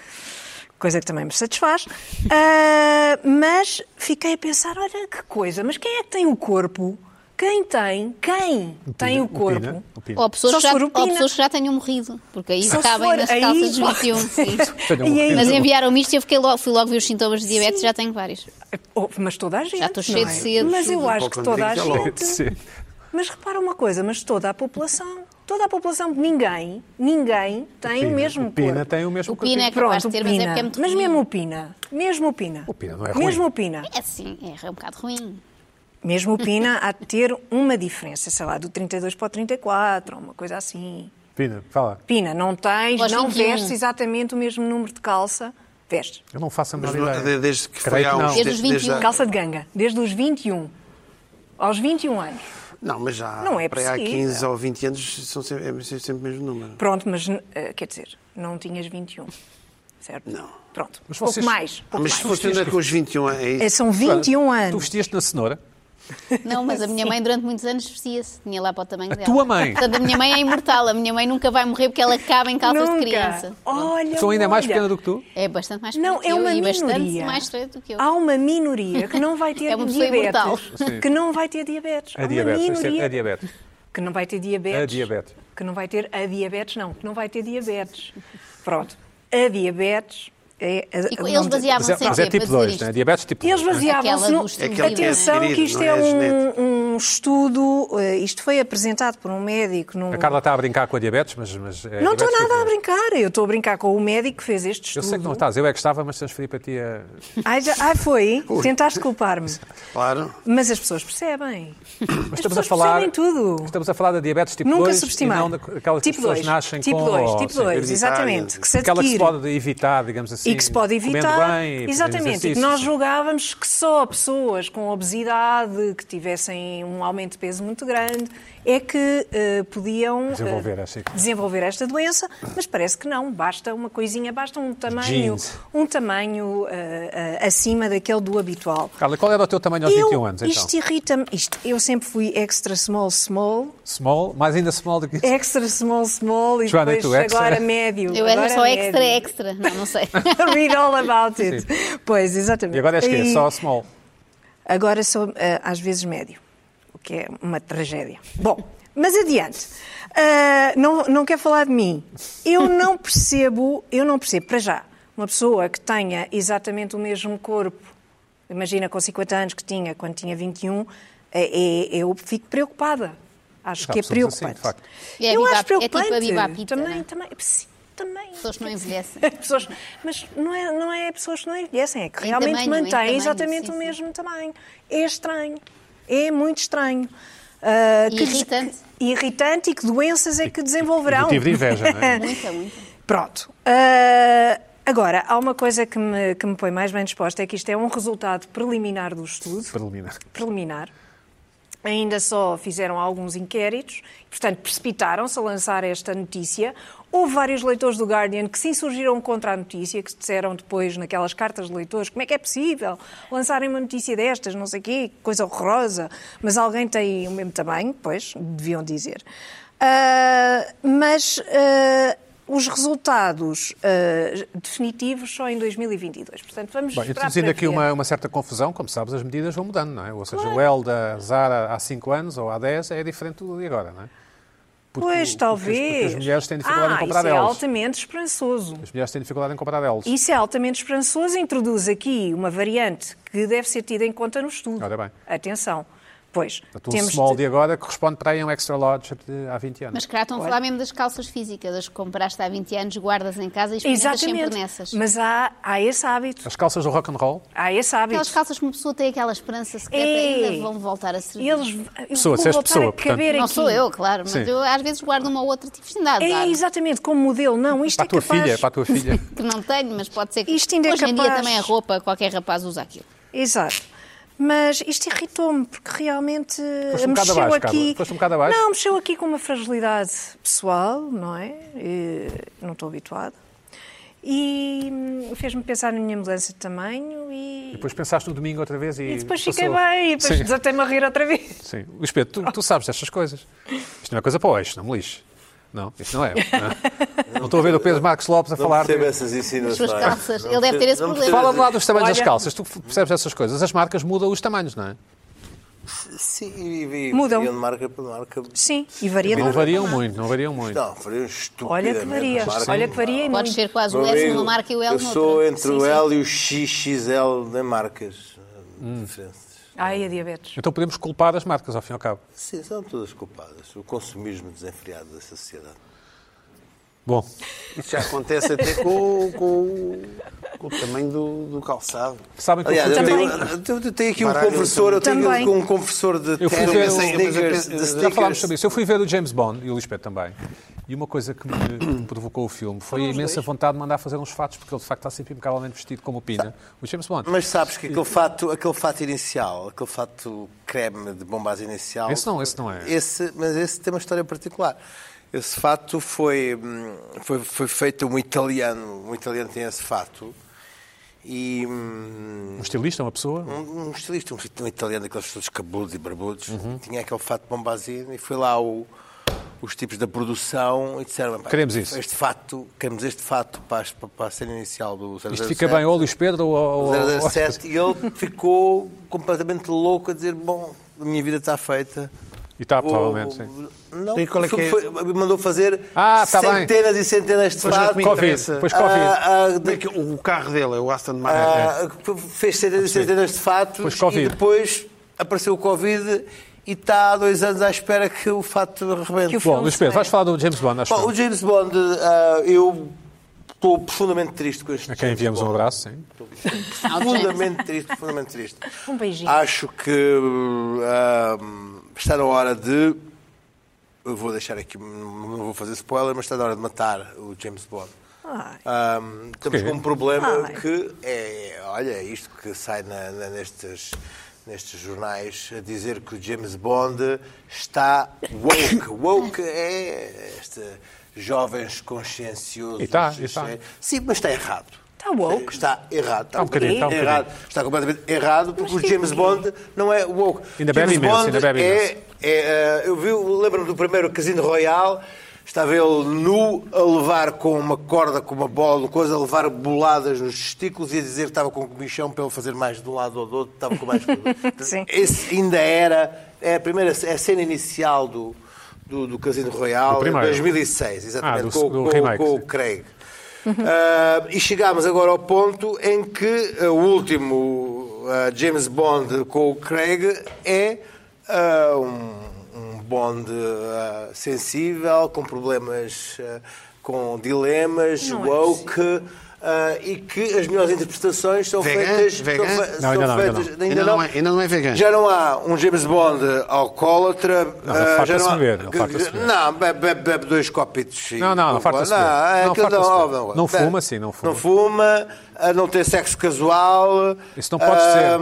coisa que também me satisfaz. Ah, mas fiquei a pensar, olha que coisa, mas quem é que tem o corpo? Quem tem? Quem tem o corpo?
Opina, opina.
Ou pessoas,
Só
que já,
se for o
ou
Pina.
pessoas que já tenham morrido, porque aí
Só se
cabem
for,
nas
aí-
calças dos 21. Sim.
Tenham
E aí-
morrido.
Mas enviaram-me isto e eu fiquei logo, fui logo ver os sintomas de diabetes e já tenho vários.
Oh, mas toda a gente.
Já estou cheia
não é?
de sede,
Mas eu
tudo.
acho que toda a
Hipocondríaco já logo.
Deve
gente.
ser.
Mas repara uma coisa, mas toda a população, toda a população, ninguém, ninguém tem o,
Pina-
mesmo
Pina
corpo.
tem um- o mesmo
O Pina é
corpo.
capaz
Pronto,
de
o
ter, mas é
Pina.
porque é muito
Mas
ruim.
mesmo o Pina, mesmo o Pina.
O Pina não é
Mesmo
ruim.
o Pina.
É sim, é um bocado ruim.
Mesmo o Pina há de ter uma diferença, sei lá, do 32 para o 34, uma coisa assim.
Pina, fala.
Pina, não tens,
Aos
não
21.
vestes exatamente o mesmo número de calça, vestes.
Eu não faço a
Mas
menor
não-
ideia.
desde que
Creio
foi há
que não.
uns...
Desde os 21.
há-
Calça de ganga, desde os 21 aos 21 anos.
Não, mas já
Não é
para aí há
possível.
15 ou 20 anos são sempre, é sempre o mesmo número.
Pronto, mas eh, quer dizer, não tinhas 21, certo?
Não.
Pronto,
Mas
pouco
vocês-
mais. Pouco
Ah, Mas
mais.
se fosse ainda com os 21 é
Eh,
isso.
São 21
Tu
anos.
vestias-te na cenoura?
Não, mas a minha mãe durante muitos anos vestia-se, tinha lá para o tamanho
A
dela.
tua mãe?
Portanto, a minha mãe é imortal, a minha mãe nunca vai morrer porque ela cabe em calças de
Nunca.
criança.
Olha,
Sou ainda mais
olha.
pequena do que tu?
É bastante mais
Não,
pequena
é
que
uma
eu, e bastante
minoria. Ah,
mais estreita do que eu.
Há uma minoria que não vai ter
É uma pessoa imortal.
diabetes. Que não vai ter diabetes. Há
É diabetes.
uma
isto
minoria
É é diabetes.
que não vai ter diabetes.
A diabetes.
Que não vai ter a diabetes, não. Que não vai ter diabetes. Pronto. A diabetes é... A,
E
o
eles
nome da-
Mas
baseavam-se
é,
em
mas é
quê?
tipo
Para dizer
2,
isto?
né? Diabetes tipo
Eles
2.
baseavam-se
Aquela
no...
dos É
aquele que é
Atenção
adquirido,
que isto
não
é
é genético.
um, um estudo, eh, isto foi apresentado por um médico num...
A Carla está a brincar com a diabetes, mas... mas é
Não estou
diabetes
nada a
que-
brincar, eu estou a brincar com o médico que fez este estudo.
Eu sei que não estás, eu é que estava, mas transferi para ti a...
Ai, já- ai, foi? Tentaste culpar-me.
Claro.
Mas as pessoas percebem.
Mas
As
estamos a
pessoas
falar.
percebem tudo.
Estamos a falar da diabetes tipo
Nunca
2
subestimar.
e não daquela que as
tipo
pessoas
2,
nascem
tipo
com.
2,
ou-
tipo
sim,
2, exatamente. Que se
Aquela que se
adquire
pode evitar, digamos assim.
e que se pode
comendo
evitar.
Bem, e
exatamente. E que
fazendo
nós
exercícios.
julgávamos que só pessoas com obesidade, que tivessem um aumento de peso muito grande, é que eh, podiam eh,
Desenvolver essa coisa.
desenvolver esta doença, mas parece que não. Basta uma coisinha, basta um tamanho,
Genes.
um tamanho eh, eh, acima daquele do habitual.
Carla, qual era o teu tamanho aos
Eu-
21 anos, então?
Isto irrita-me. Isto, eu sempre fui extra small, small,
Small, mais ainda small do que isso.
extra small, small e
Joana, e
depois
tu, extra?
agora médio.
Eu era
agora é
só extra,
médio.
extra. Não, não sei.
Read all about it. Pois, exatamente.
E agora és quê?
E
Só small.
Agora sou eh, às vezes médio, o que é uma tragédia. Bom, mas adiante. Ah, não, não quer falar de mim. Eu não percebo, eu não percebo, para já, uma pessoa que tenha exatamente o mesmo corpo, imagina com 50 anos que tinha quando tinha 21, eh, eh, eu fico preocupada. Acho
Há
que é
pessoas assim,
preocupante.
de facto.
É a
eu
Viva- é
acho
tipo a
preocupante.
Viva à Pita,
também,
não é?
também, sim, também.
Pessoas que não envelhecem.
As É pessoas- mas não é, não é pessoas que não envelhecem, é que
Em
realmente
tamanho, em
mantém
tamanho,
exatamente
sim,
o
sim.
mesmo tamanho. É estranho. É muito estranho. Ah,
E
que-
irritante.
que- irritante e que doenças é que desenvolverão.
Motivo de inveja, não é?
Muita, muita.
Pronto. Ah, agora, há uma coisa que me, que me põe mais bem disposta: é que isto é um resultado preliminar do estudo
Preliminar.
preliminar. Ainda só fizeram alguns inquéritos, portanto, precipitaram-se a lançar esta notícia. Houve vários leitores do Guardian que se insurgiram contra a notícia, que disseram depois naquelas cartas de leitores como é que é possível lançarem uma notícia destas, não sei o quê, coisa horrorosa, mas alguém tem o mesmo tamanho, pois, deviam dizer. Ah, mas ah, os resultados ah, definitivos só em 2022, portanto, vamos
Bem,
esperar
introduzindo
para
aqui
ver.
uma, uma certa confusão, como sabes, as medidas vão mudando, não é? Ou seja, o L da Zara há 5 anos ou há 10 é diferente do de agora, não é? Porque o- porque as-
Pois,
porque
talvez.
as mulheres têm dificuldade
ah,
em comprar
isso é
L's.
altamente esperançoso.
As mulheres têm dificuldade em comprar L's.
Isso é altamente esperançoso. Introduz aqui uma variante que deve ser tida em conta no estudo.
Ora bem.
Atenção. Pois,
Portanto, um
temos
small
de-
de agora corresponde para aí a um extra large de há 20 anos.
Mas cá estão a falar mesmo das calças físicas, as que compraste há 20 anos, guardas em casa e experimentas sempre
Exatamente.
nessas.
Mas há, há esse hábito.
As calças do rock and roll,
Há esse hábito.
Aquelas calças que uma pessoa tem aquela esperança secreta
Ei!
ainda vão voltar a servir.
É. Eles eu
Pessoa,
vou
disseste
voltar
pessoa,
a caber
Não
aqui.
sou eu, claro, mas
Sim.
eu às vezes guardo uma ou outra tipo de
É, exatamente, como modelo. Não, isto
para a
é
tua
capaz...
filha, para a tua filha.
que não tenho, mas pode ser que
Isto ainda é
hoje em dia
capaz.
também a roupa, qualquer rapaz usa aquilo.
Exato. Mas isto irritou-me, porque realmente
Foste um bocado
mexeu
abaixo, Carla.
aqui.
Foste um bocado abaixo.
Não, mexeu aqui com uma fragilidade pessoal, não é? E não estou habituada. E hum, fez-me pensar na minha mudança de tamanho e,
Depois pensaste no domingo outra vez e.
e depois
passou.
fiquei bem, e depois
Sim,
desatei-me a rir outra vez.
sim. O espeto, tu, tu sabes destas coisas. Isto não é coisa para o eixo, não me lixe. Não, isto não é. Não, Não estou a ver o Pedro Marcos Lopes a
Não
falar.
percebo
de-
essas
As
insinuações.
suas calças,
Não
ele deve ter esse
percebo- não
problema.
percebo-
Fala-me lá dos tamanhos das
Olha-
calças, tu percebes essas coisas. As marcas mudam os tamanhos, não é?
Sim, e, e
Mudam.
e de marca para marca.
Sim, e varia de
Não
marca
variam
para marca.
muito, não variam muito.
Não, um faria estupidamente.
Olha que varia,
as marcas.
olha que varia e
Pode
muito.
ser quase o
Meu
S numa
amigo,
marca e o L
Eu sou
noutra. É
entre o L e o XXL de marcas eh,
Hum.
diferentes.
Ai, a diabetes.
Então podemos culpar as marcas, ao fim e ao cabo.
Sim, são todas culpadas. O consumismo desenfreado dessa sociedade.
Bom,
Isso já acontece até com, com- com o tamanho do, do calçado.
sabem que eu
Aliás,
fui um
eu
ver-
tenho, eu- eu tenho aqui um
Baralho
conversor, eu tenho
também.
aqui um conversor de
Eu fui
terno,
ver
de
o- eh,
sneakers, de
Já falámos
sneakers.
sobre isso. Eu fui ver o James Bond e o Lisbeth também. E uma coisa que me, que me provocou o filme foi a imensa vontade de mandar fazer uns fatos, porque ele de facto está sempre impecavelmente vestido como o Pina. O James Bond.
Mas sabes que aquele fato, aquele fato inicial, aquele fato creme de bombas inicial.
Esse não, esse não é.
Esse, mas esse tem uma história particular. Esse fato foi, hum, foi, foi feito a um italiano. Um italiano tem esse fato. E. hum,
Um estilista, uma pessoa.
um, um estilista, um, um italiano daqueles todos cabeludos e barbudos,
Uhum.
tinha aquele fato bombazino e foi lá o- os tipos da produção e disseram: "Epá,
Queremos isso."
Este fato, queremos este fato para, as- para- para a cena inicial do 007.
Isto fica bem oh, ou Luís Pedro ou. ou- ou-
007, e ele ficou completamente louco a dizer: Bom, a minha vida está feita.
E está,
Vou-
provavelmente, sim.
Não,
E qual é que é?
foi- mandou fazer
Ah, está bem.
centenas e centenas de
Pois é,
fatos.
comigo
Covid,
interessa.
depois Covid.
Ah, ah,
Como é que o carro dele é o Aston Martin.
Ah, fez centenas e centenas de fatos
Depois Covid.
e depois apareceu o Covid e está há dois anos à espera que o fato
Que
rebente.
Bom,
o filme
Luís Pedro,
se-
vais falar do James Bond, acho
Bom, o
que
James Bond, ah, eu estou profundamente triste com este
a quem
James
enviamos um
Bond.
abraço, sim.
Profundamente triste, profundamente triste.
Um beijinho.
Acho que ah, está na hora de. Eu vou deixar aqui, não vou fazer spoiler, mas está na hora de matar o James Bond.
Ai.
Ah, estamos
Porquê?
com um problema
Ai.
que é, olha, isto que sai na- na- nestes, nestes jornais a dizer que o James Bond está woke. Woke é este jovens conscienciosos.
E está, e tá. está.
Sim, mas está errado.
Está Tá woke.
Está errado. Está,
Está um bocadinho, está um bocadinho.
errado. Está completamente errado porque o James Bond não é woke.
Ainda
James
bebe imenso,
Bond
ainda bebe
é-
imenso.
é, eh, eu vi, lembro-me do primeiro Casino Royal, estava ele nu a levar com uma corda, com uma bola, uma coisa, a levar boladas nos testículos e a dizer que estava com um comichão para ele fazer mais de um lado ou do outro, estava com mais coisa.
Sim.
Esse ainda era é a primeira é a cena inicial do, do, do Casino
Do
Royal, em
primeiro. Ah,
2006, exatamente,
do-
com,
do
com-
remake,
com o
sim.
Craig. Ah, e chegámos agora ao ponto em que ah, o último ah, James Bond com o Craig é ah, um, um Bond ah, sensível, com problemas, ah, com dilemas,
Não é
woke. ah, e que as melhores interpretações são
Vegan?
feitas. são
Vegan?
fe-
Não, ainda
são
não, ainda
feitas-
não.
Ainda não é- ainda não é vegan.
Já não há um James Bond alcoólatra.
Não,
ah,
falta-se
já não há-
beber, não, falta-se beber.
Não, bebe, bebe- bebe dois copitos. e-
Não, não, não farta-se
Não,
beber.
é
Não,
aquilo
farta-se
não,
beber.
não,
Não
bebe.
fuma, sim, não fuma.
Não fuma, ah, não tem sexo casual.
Isso não pode ser.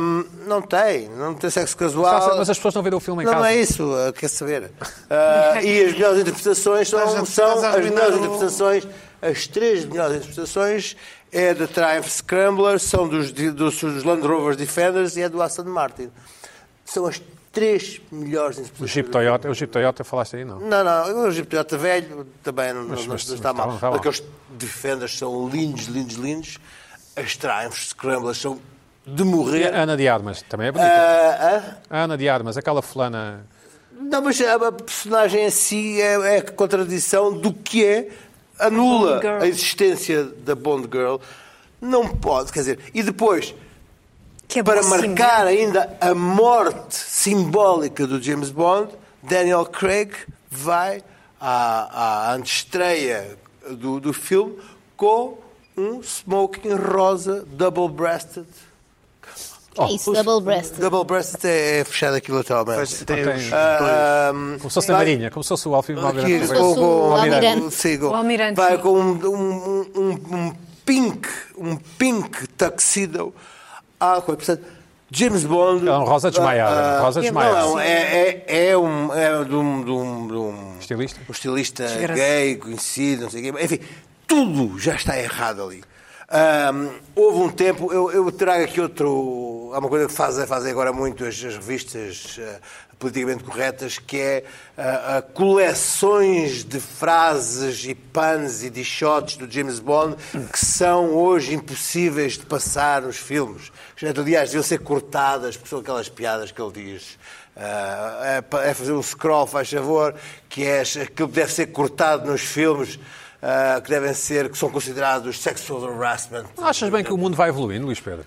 Não tem, não tem sexo casual.
Mas as pessoas não viram o filme em
Não,
casa.
não é isso, ah, quer saber. Ah, e as melhores interpretações
Estás
são,
a-
são
estás a
as
arruinar
melhores
o-
interpretações, as três melhores interpretações é da Triumph Scrambler, são dos, dos, dos Land Rover Defenders e é do Aston Martin. São as três melhores
O
interpretações.
Jeep Toyota, o Jeep Toyota, falaste aí, não?
Não, não, o Jeep Toyota velho também não, não-
mas-
não está
mas
mal.
tá bom, tá bom.
Aqueles defenders são lindos, lindos, lindos. As Triumph Scramblers são de
E
morrer.
a Ana de Armas, também é bonita.
Ah, ah?
A Ana de Armas, aquela fulana...
Não, mas a a personagem em si é, é a contradição do que é, anula
Bond Girl.
a existência da Bond Girl. Não pode, quer dizer, e depois,
Que é
para
bom assim
marcar
mesmo.
ainda a morte simbólica do James Bond, Daniel Craig vai à, à antestreia do, do filme com um smoking rosa double-breasted.
É
Oh,
Oh,
isso, double-breasted.
Double-breasted é, é fechado aqui lateralmente.
Pois,
Tem-
tem os-
Ahm,
Como se fosse a
vai-
Marinha, como se fosse o Alfim
Aqui,
Malgrado.
com- com-
O Almirante.
sim, com-
O Almirante,
Vai
sim.
com um, um- um- um pink, um pink tuxedo. Ah, coisa. Portanto, James Bond.
É um rosa desmaiada,
ah,
rosa
não,
desmaiada.
Não, é, é, é um. É de um, de um- de um-
Estilista?
Um estilista
Desgraça.
gay, conhecido, não sei o quê. Enfim, tudo já está errado ali. Ahm, houve um tempo, eu, eu trago aqui outro. Há uma coisa que fazem fazem agora muito as, as revistas ah, politicamente corretas, que é ah, ah, coleções de frases e pans e de shots do James Bond que são hoje impossíveis de passar nos filmes. Aliás, deviam ser cortadas, porque são aquelas piadas que ele diz. Ah, é, pa- é fazer um scroll, faz favor, que é as- aquilo que deve ser cortado nos filmes, ah, que devem ser, que são considerados sexual harassment.
Não achas bem que o mundo vai evoluindo, Luís Pedro?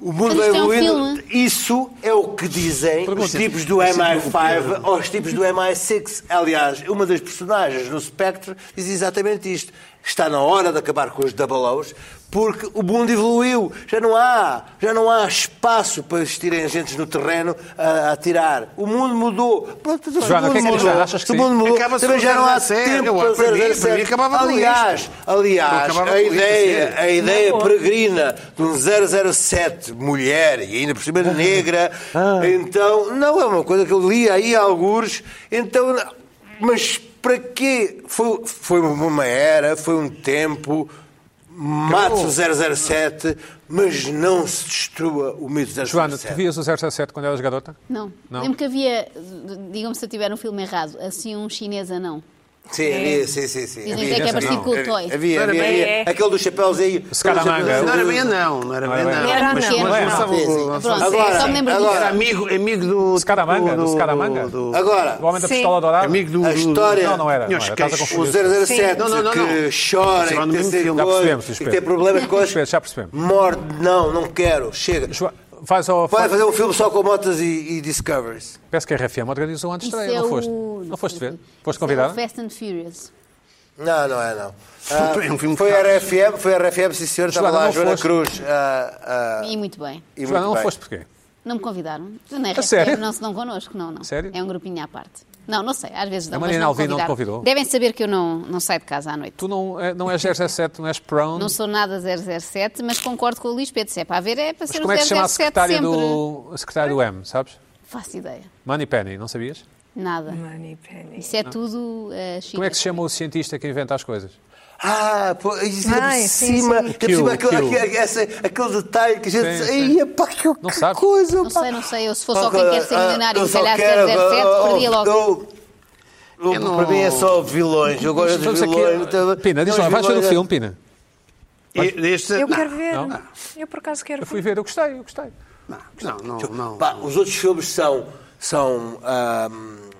O mundo
Mas
é
isto é um
evoluindo.
filme.
Isso é o que dizem os
Pergunta.
tipos do MI5 aos tipos do MI6. Aliás, uma das personagens no Spectre diz exatamente isto. Está na hora de acabar com os double O's porque o mundo evoluiu. Já não há, já não há espaço para existirem agentes no terreno a, a atirar. O mundo mudou. Pronto, então, o
Joana, o que é que
mundo
tu
mudou.
achas que
o
sim?
mundo mudou.
Acaba-se
Também
com
já não há
007.
tempo
Eu,
para
para mim, para mim,
007.
acabava com
Aliás,
Eu
aliás,
acabava
a
com isto,
ideia,
sério.
a ideia peregrina de um 007 mulher e ainda por cima negra, então, não é uma coisa que eu li aí há alguns, então, mas para quê? Foi, foi uma era, foi um tempo, mate o 007, mas não se destrua o mito 007.
Joana, tu vias o 007 quando eras garota?
Não.
Não.
Lembro que havia, digam-me se eu tiver um filme errado, assim um chinês anão.
Sim, havia, sim, sim, sim.
Dizem
Havia,
que é
havia,
parecido com o
havia,
Toy.
Havia, havia,
É.
havia. Aquele do chapéuzinho.
Scaramanga.
é
Não era é bem não, não era bem
era
não.
Era
Mas-
anão.
mas
Era
lançava-
anão. Sim, sim.
lançava-
Pronto,
Agora,
só me lembro disso.
agora,
Era amigo, amigo do...
Scaramanga, do
do-
Scaramanga. Ah,
do-
Agora,
O Homem da
Sim.
Pistola Dourada?
Amigo do...
A
do-
história-
Não, não era. Não
Os
era. Estás a
queixos.
O
confundir.
007
Não, não, não, não.
que chora
Sim,
e
no
tem
mesmo
ser
filme.
Já percebemos,
cor,
Luís
e tem
Pedro.
problemas com
Luís Pedro, já percebemos.
Morde, não, não quero, chega.
Joa- Vais ao.
Vai fazer um filme só com motas e, e discoveries.
Parece que a RFM organizou antes de
Isso
estreia,
é
não
o-
foste? Não foste
fui.
ver? Foste
Isso é o
convidada?
Fast and Furious.
Não, não é, não.
Foi um filme de
foi
carros.
RFM, foi RFM, sim senhor, estava
Joana,
lá a
não
Joana
foste.
Cruz. ah, ah,
E muito bem.
e
Joana,
muito
não
bem.
foste porquê?
Não me convidaram. Na
A sério?
RFM não é se dão connosco, não, não.
Sério?
É um grupinho à parte. Não, não sei, às vezes dão,
A
mas
Mariana
não me
Alvim não te
convidaram.
convidou?
Devem saber que eu não, não saio de casa à noite.
Tu não, é- não és 007, não és Brown.
Não sou nada 007, mas concordo com o Lispeto. Se é para haver, é para
mas
ser
como é
o
que se chama a
007
secretária
sempre.
do, a secretária do M, sabes?
Faço ideia.
Money Penny, não sabias?
Nada.
Money Penny.
Isso é tudo eh, chique.
Como é que se chama o cientista que inventa as coisas?
Ah, pô, isso é
Ai,
por
sim,
cima,
sim.
é por
Aquilo,
cima aquele,
aquilo.
aquele- esse- aquele detalhe que a gente
Sim,
diz,
sim.
"Ei, pá, que, que
sabes?
coisa,
Não
pá."
sei, não sei. Eu se fosse só
Pá,
quem quer ser
ah,
milionário
eu
e
só
calhar
quero,
007,
ah,
perdia logo.
eu- eu- Para mim é só vilões, eu gosto de
Vamos aqui-
vilões. então-
Pina, diz
não,
lá, vais ver o
vilões-
filme, Pina.
E- este-
Eu
não,
quero ver.
não.
Eu por acaso quero
Eu fui
ver.
ver, eu gostei, eu gostei.
Não, não, não.
Pá, os outros filmes são, são ah,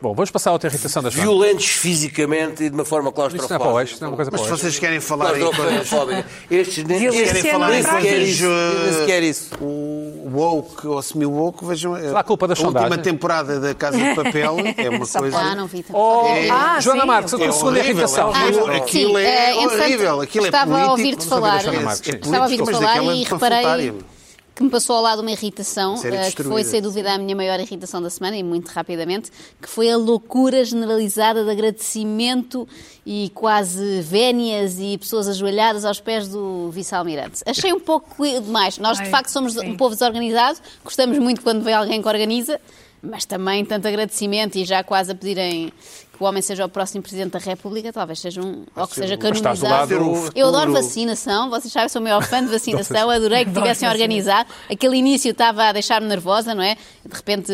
Bom, vamos passar a outra irritação das Joana.
violentos fisicamente e de uma forma
Isto
claustrofóbica.
não é para hoje, isto não é uma coisa
Mas
para
se
hoje.
vocês querem falar em coisas.
Claustrofóbica. Estes nem
Violência
estes
não
nem
traz
sequer
isso.
isso. Nem sequer isso.
O woke ou semi-woke, vejam. eh,
Será a culpa da sondagem?
última temporada da Casa de Papel é uma
Só
coisa.
Ah, não vi. tá.
Oh,
Ah,
Joana
sim.
Marques, a tua
É
segunda
horrível,
irritação.
é horrível.
Ah,
aquilo
sim,
é
eh, entretanto,
horrível, aquilo é
estava a
político.
ouvir-te
Vamos ouvir a
falar. eh,
Joana Marques,
É- é
sim.
Estava a
político,
ouvir-te
mas
falar
daquela
e
panfletária.
reparei que me passou ao lado uma irritação,
Série
eh, que foi
destruída.
sem dúvida a minha maior irritação da semana, e muito rapidamente, que foi a loucura generalizada de agradecimento e quase vénias e pessoas ajoelhadas aos pés do vice-almirante. Achei um pouco demais. Nós,
Ai,
de facto, somos
sim.
um povo desorganizado, gostamos muito quando vem alguém que organiza, mas também tanto agradecimento e já quase a pedirem que o homem seja o próximo Presidente da República, talvez seja um, ou que seja
Mas estás do
canonizado.
lado-
Eu adoro vacinação, vocês sabem, sou o maior fã de vacinação, adorei que
Adoro
tivessem
vacinação.
organizado. Aquele início estava a deixar-me nervosa, não é? De repente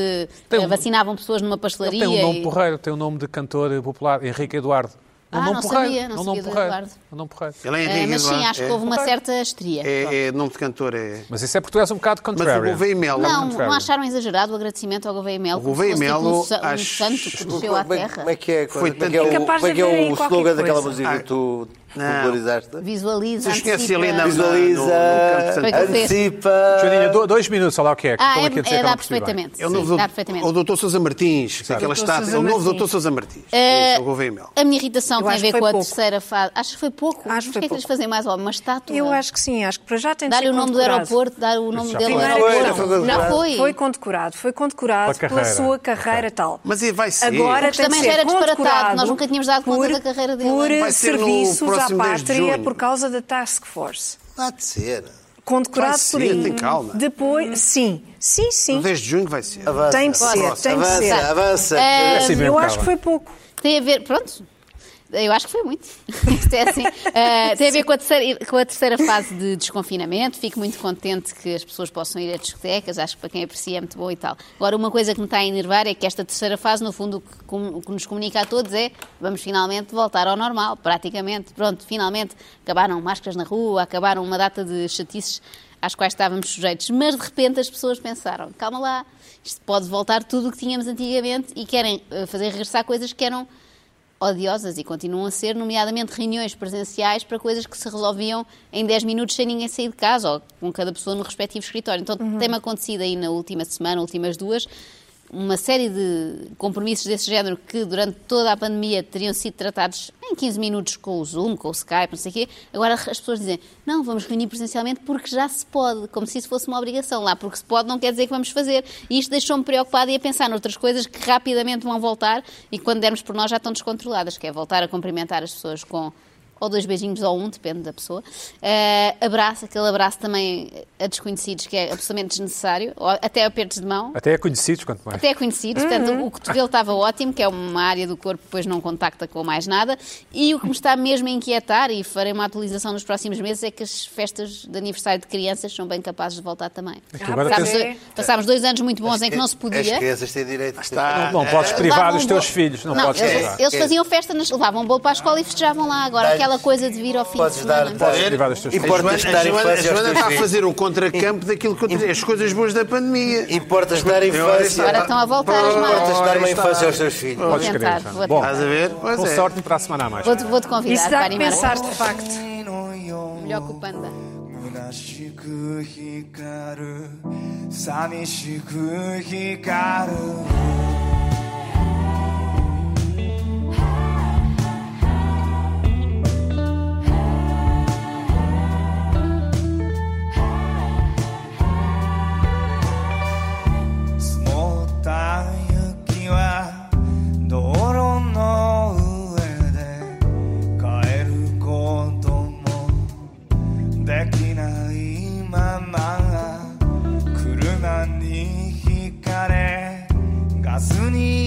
Tem
eh,
um-
vacinavam pessoas numa pastelaria.
Ele tem um nome
e-
porreiro, tem um nome de cantor popular, Henrique Eduardo. É Um
Ah,
nome
não
porreiro,
sabia, não
é um nome
sabia do
porreiro.
Eduardo.
é um nome porreiro.
Ele é
Eh,
Henrique
mas sim,
Eduardo,
acho
é-
que houve uma certa estria.
É, é nome de cantor, é.
Mas isso é porque tu és um bocado
Mas o
contrário.
Gouveia Melo.
ao
Não,
contrário.
não acharam exagerado o agradecimento ao Gouveia Melo?
O Gouveia
como se fosse tipo
Melo,
um, sa- um
acho-
santo que desceu à
Como é,
terra?
como é que é, a
Foi
coisa? como é
tanto-
que é o,
Capaz
como é que é
de haver
o
aí qualquer
slogan daquela
coisa.
música que tu popularizaste?
Visualiza,
Vocês conhecem
antecipa-
ali na-
Visualiza,
no- no campo de
Santo
antecipa.
Joaninha, do- dois minutos, olha lá o que é. que
Ah,
estão aqui
é,
a dizer que
é,
eu não
dá
percebi bem.
perfeitamente.
É o
sim,
novo
dá
doutor,
perfeitamente.
o doutor Sousa Martins, que é aquela
Dr.
estátua, é
Sousa
o novo
Martins.
doutor Sousa Martins.
Eh,
É isso, o Gouveia Mel.
A minha irritação
Eu
tem a
acho
ver
que foi
com a
pouco.
terceira fase. Acho que foi pouco.
Acho que
Mas
foi
o que é que eles
pouco.
fazem mais? Uma estátua?
Eu acho que sim, acho que para já tem de
Dar-lhe
ser
o nome do
condecorado.
aeroporto, dar o nome
já
dele
foi.
no
Primeiro
Foi,
aeroporto.
já foi
Já
condecorado.
foi.
Foi condecorado, foi
Pela
condecorado pela,
carreira.
sua carreira tal.
Mas e vai ser.
Agora
Porque
tem
também
de
já
ser
era disparatado,
condecorado
nós nunca tínhamos dado conta
por-
da carreira dele.
Por
Vai ser no
serviços à
próximo 10 de
pátria
junho.
por causa da Task Force.
Há de ser.
Condecorado
Vai ser,
por aí.
tem calma.
Depois, sim, sim, sim.
No 10 de junho vai ser.
Avança.
Tem de ser, tem de
avança,
ser.
Avança,
Eh,
Sim, mesmo,
Eu
tá
acho
bem.
que foi pouco.
Tem a ver. Pronto. Eu acho que foi muito. Isto é assim. Eh, tem a ver com a, terceira, com a terceira fase de desconfinamento. Fico muito contente que as pessoas possam ir a discotecas. Acho que para quem aprecia é muito bom e tal. Agora, uma coisa que me está a enervar é que esta terceira fase, no fundo, o que, com- o que nos comunica a todos é vamos finalmente voltar ao normal, praticamente. Pronto, finalmente acabaram máscaras na rua, acabaram uma data de chatices às quais estávamos sujeitos. Mas, de repente, as pessoas pensaram, calma lá, isto pode voltar tudo o que tínhamos antigamente e querem eh, fazer regressar coisas que eram odiosas e continuam a ser, nomeadamente reuniões presenciais para coisas que se resolviam em 10 minutos sem ninguém sair de casa ou com cada pessoa no respectivo escritório. Então tem-me acontecido aí na última semana, últimas duas, uma série de compromissos desse género que durante toda a pandemia teriam sido tratados em 15 minutos com o Zoom, com o Skype, não sei o quê. Agora as pessoas dizem, não, vamos reunir presencialmente porque já se pode, como se isso fosse uma obrigação lá, porque se pode não quer dizer que vamos fazer. E isto deixou-me preocupada e a pensar noutras coisas que rapidamente vão voltar e que quando dermos por nós já estão descontroladas, que é voltar a cumprimentar as pessoas com ou dois beijinhos ou um, depende da pessoa. Eh, abraço, aquele abraço também a desconhecidos que é absolutamente desnecessário, ou até apertos de mão.
Até é conhecidos, quanto mais.
Até é conhecido, portanto, o cotovelo estava ótimo, que é uma área do corpo que depois não contacta com mais nada. E o que me está mesmo a inquietar, e farei uma atualização nos próximos meses, é que as festas de aniversário de crianças são bem capazes de voltar também.
Tu agora
pois
Passámos,
tens-
é.
passámos dois anos muito bons em que não se
As
podia.
crianças têm direito.
Não,
Ah,
não podes privar
Levavam
os teus
bo-
filhos, não, podes
eles,
privar.
eles faziam festa, nas, levavam bolo para a escola e festejavam lá. Agora, aquela
Dá-
coisa de vir ao fim de
Podes dar,
semana.
podes
privar dos teus filhos.
Importa
A Joana,
estar
a
em
Joana- a
infância aos
Joana está a
teus filhos.
fazer um contracampo daquilo que eu te- as coisas boas da pandemia.
Importa estar
Agora
em
está-
infância.
Agora estão a voltar as
Importa
mãos.
estar uma
Ora está.
infância aos teus filhos.
Vou
Podes querer,
tentar,
Joana.
vou
Bom,
tentar.
Estás a ver? Pois
Com
é.
sorte para a semana a mais.
Vou-te vou-te convidar
Isso dá
para
que
animar.
pensar, de facto.
Melhor que o panda.
When I 悲しく光る寂しく光る積もった雪は道路の上で帰ることもできないまま車にひかれガスに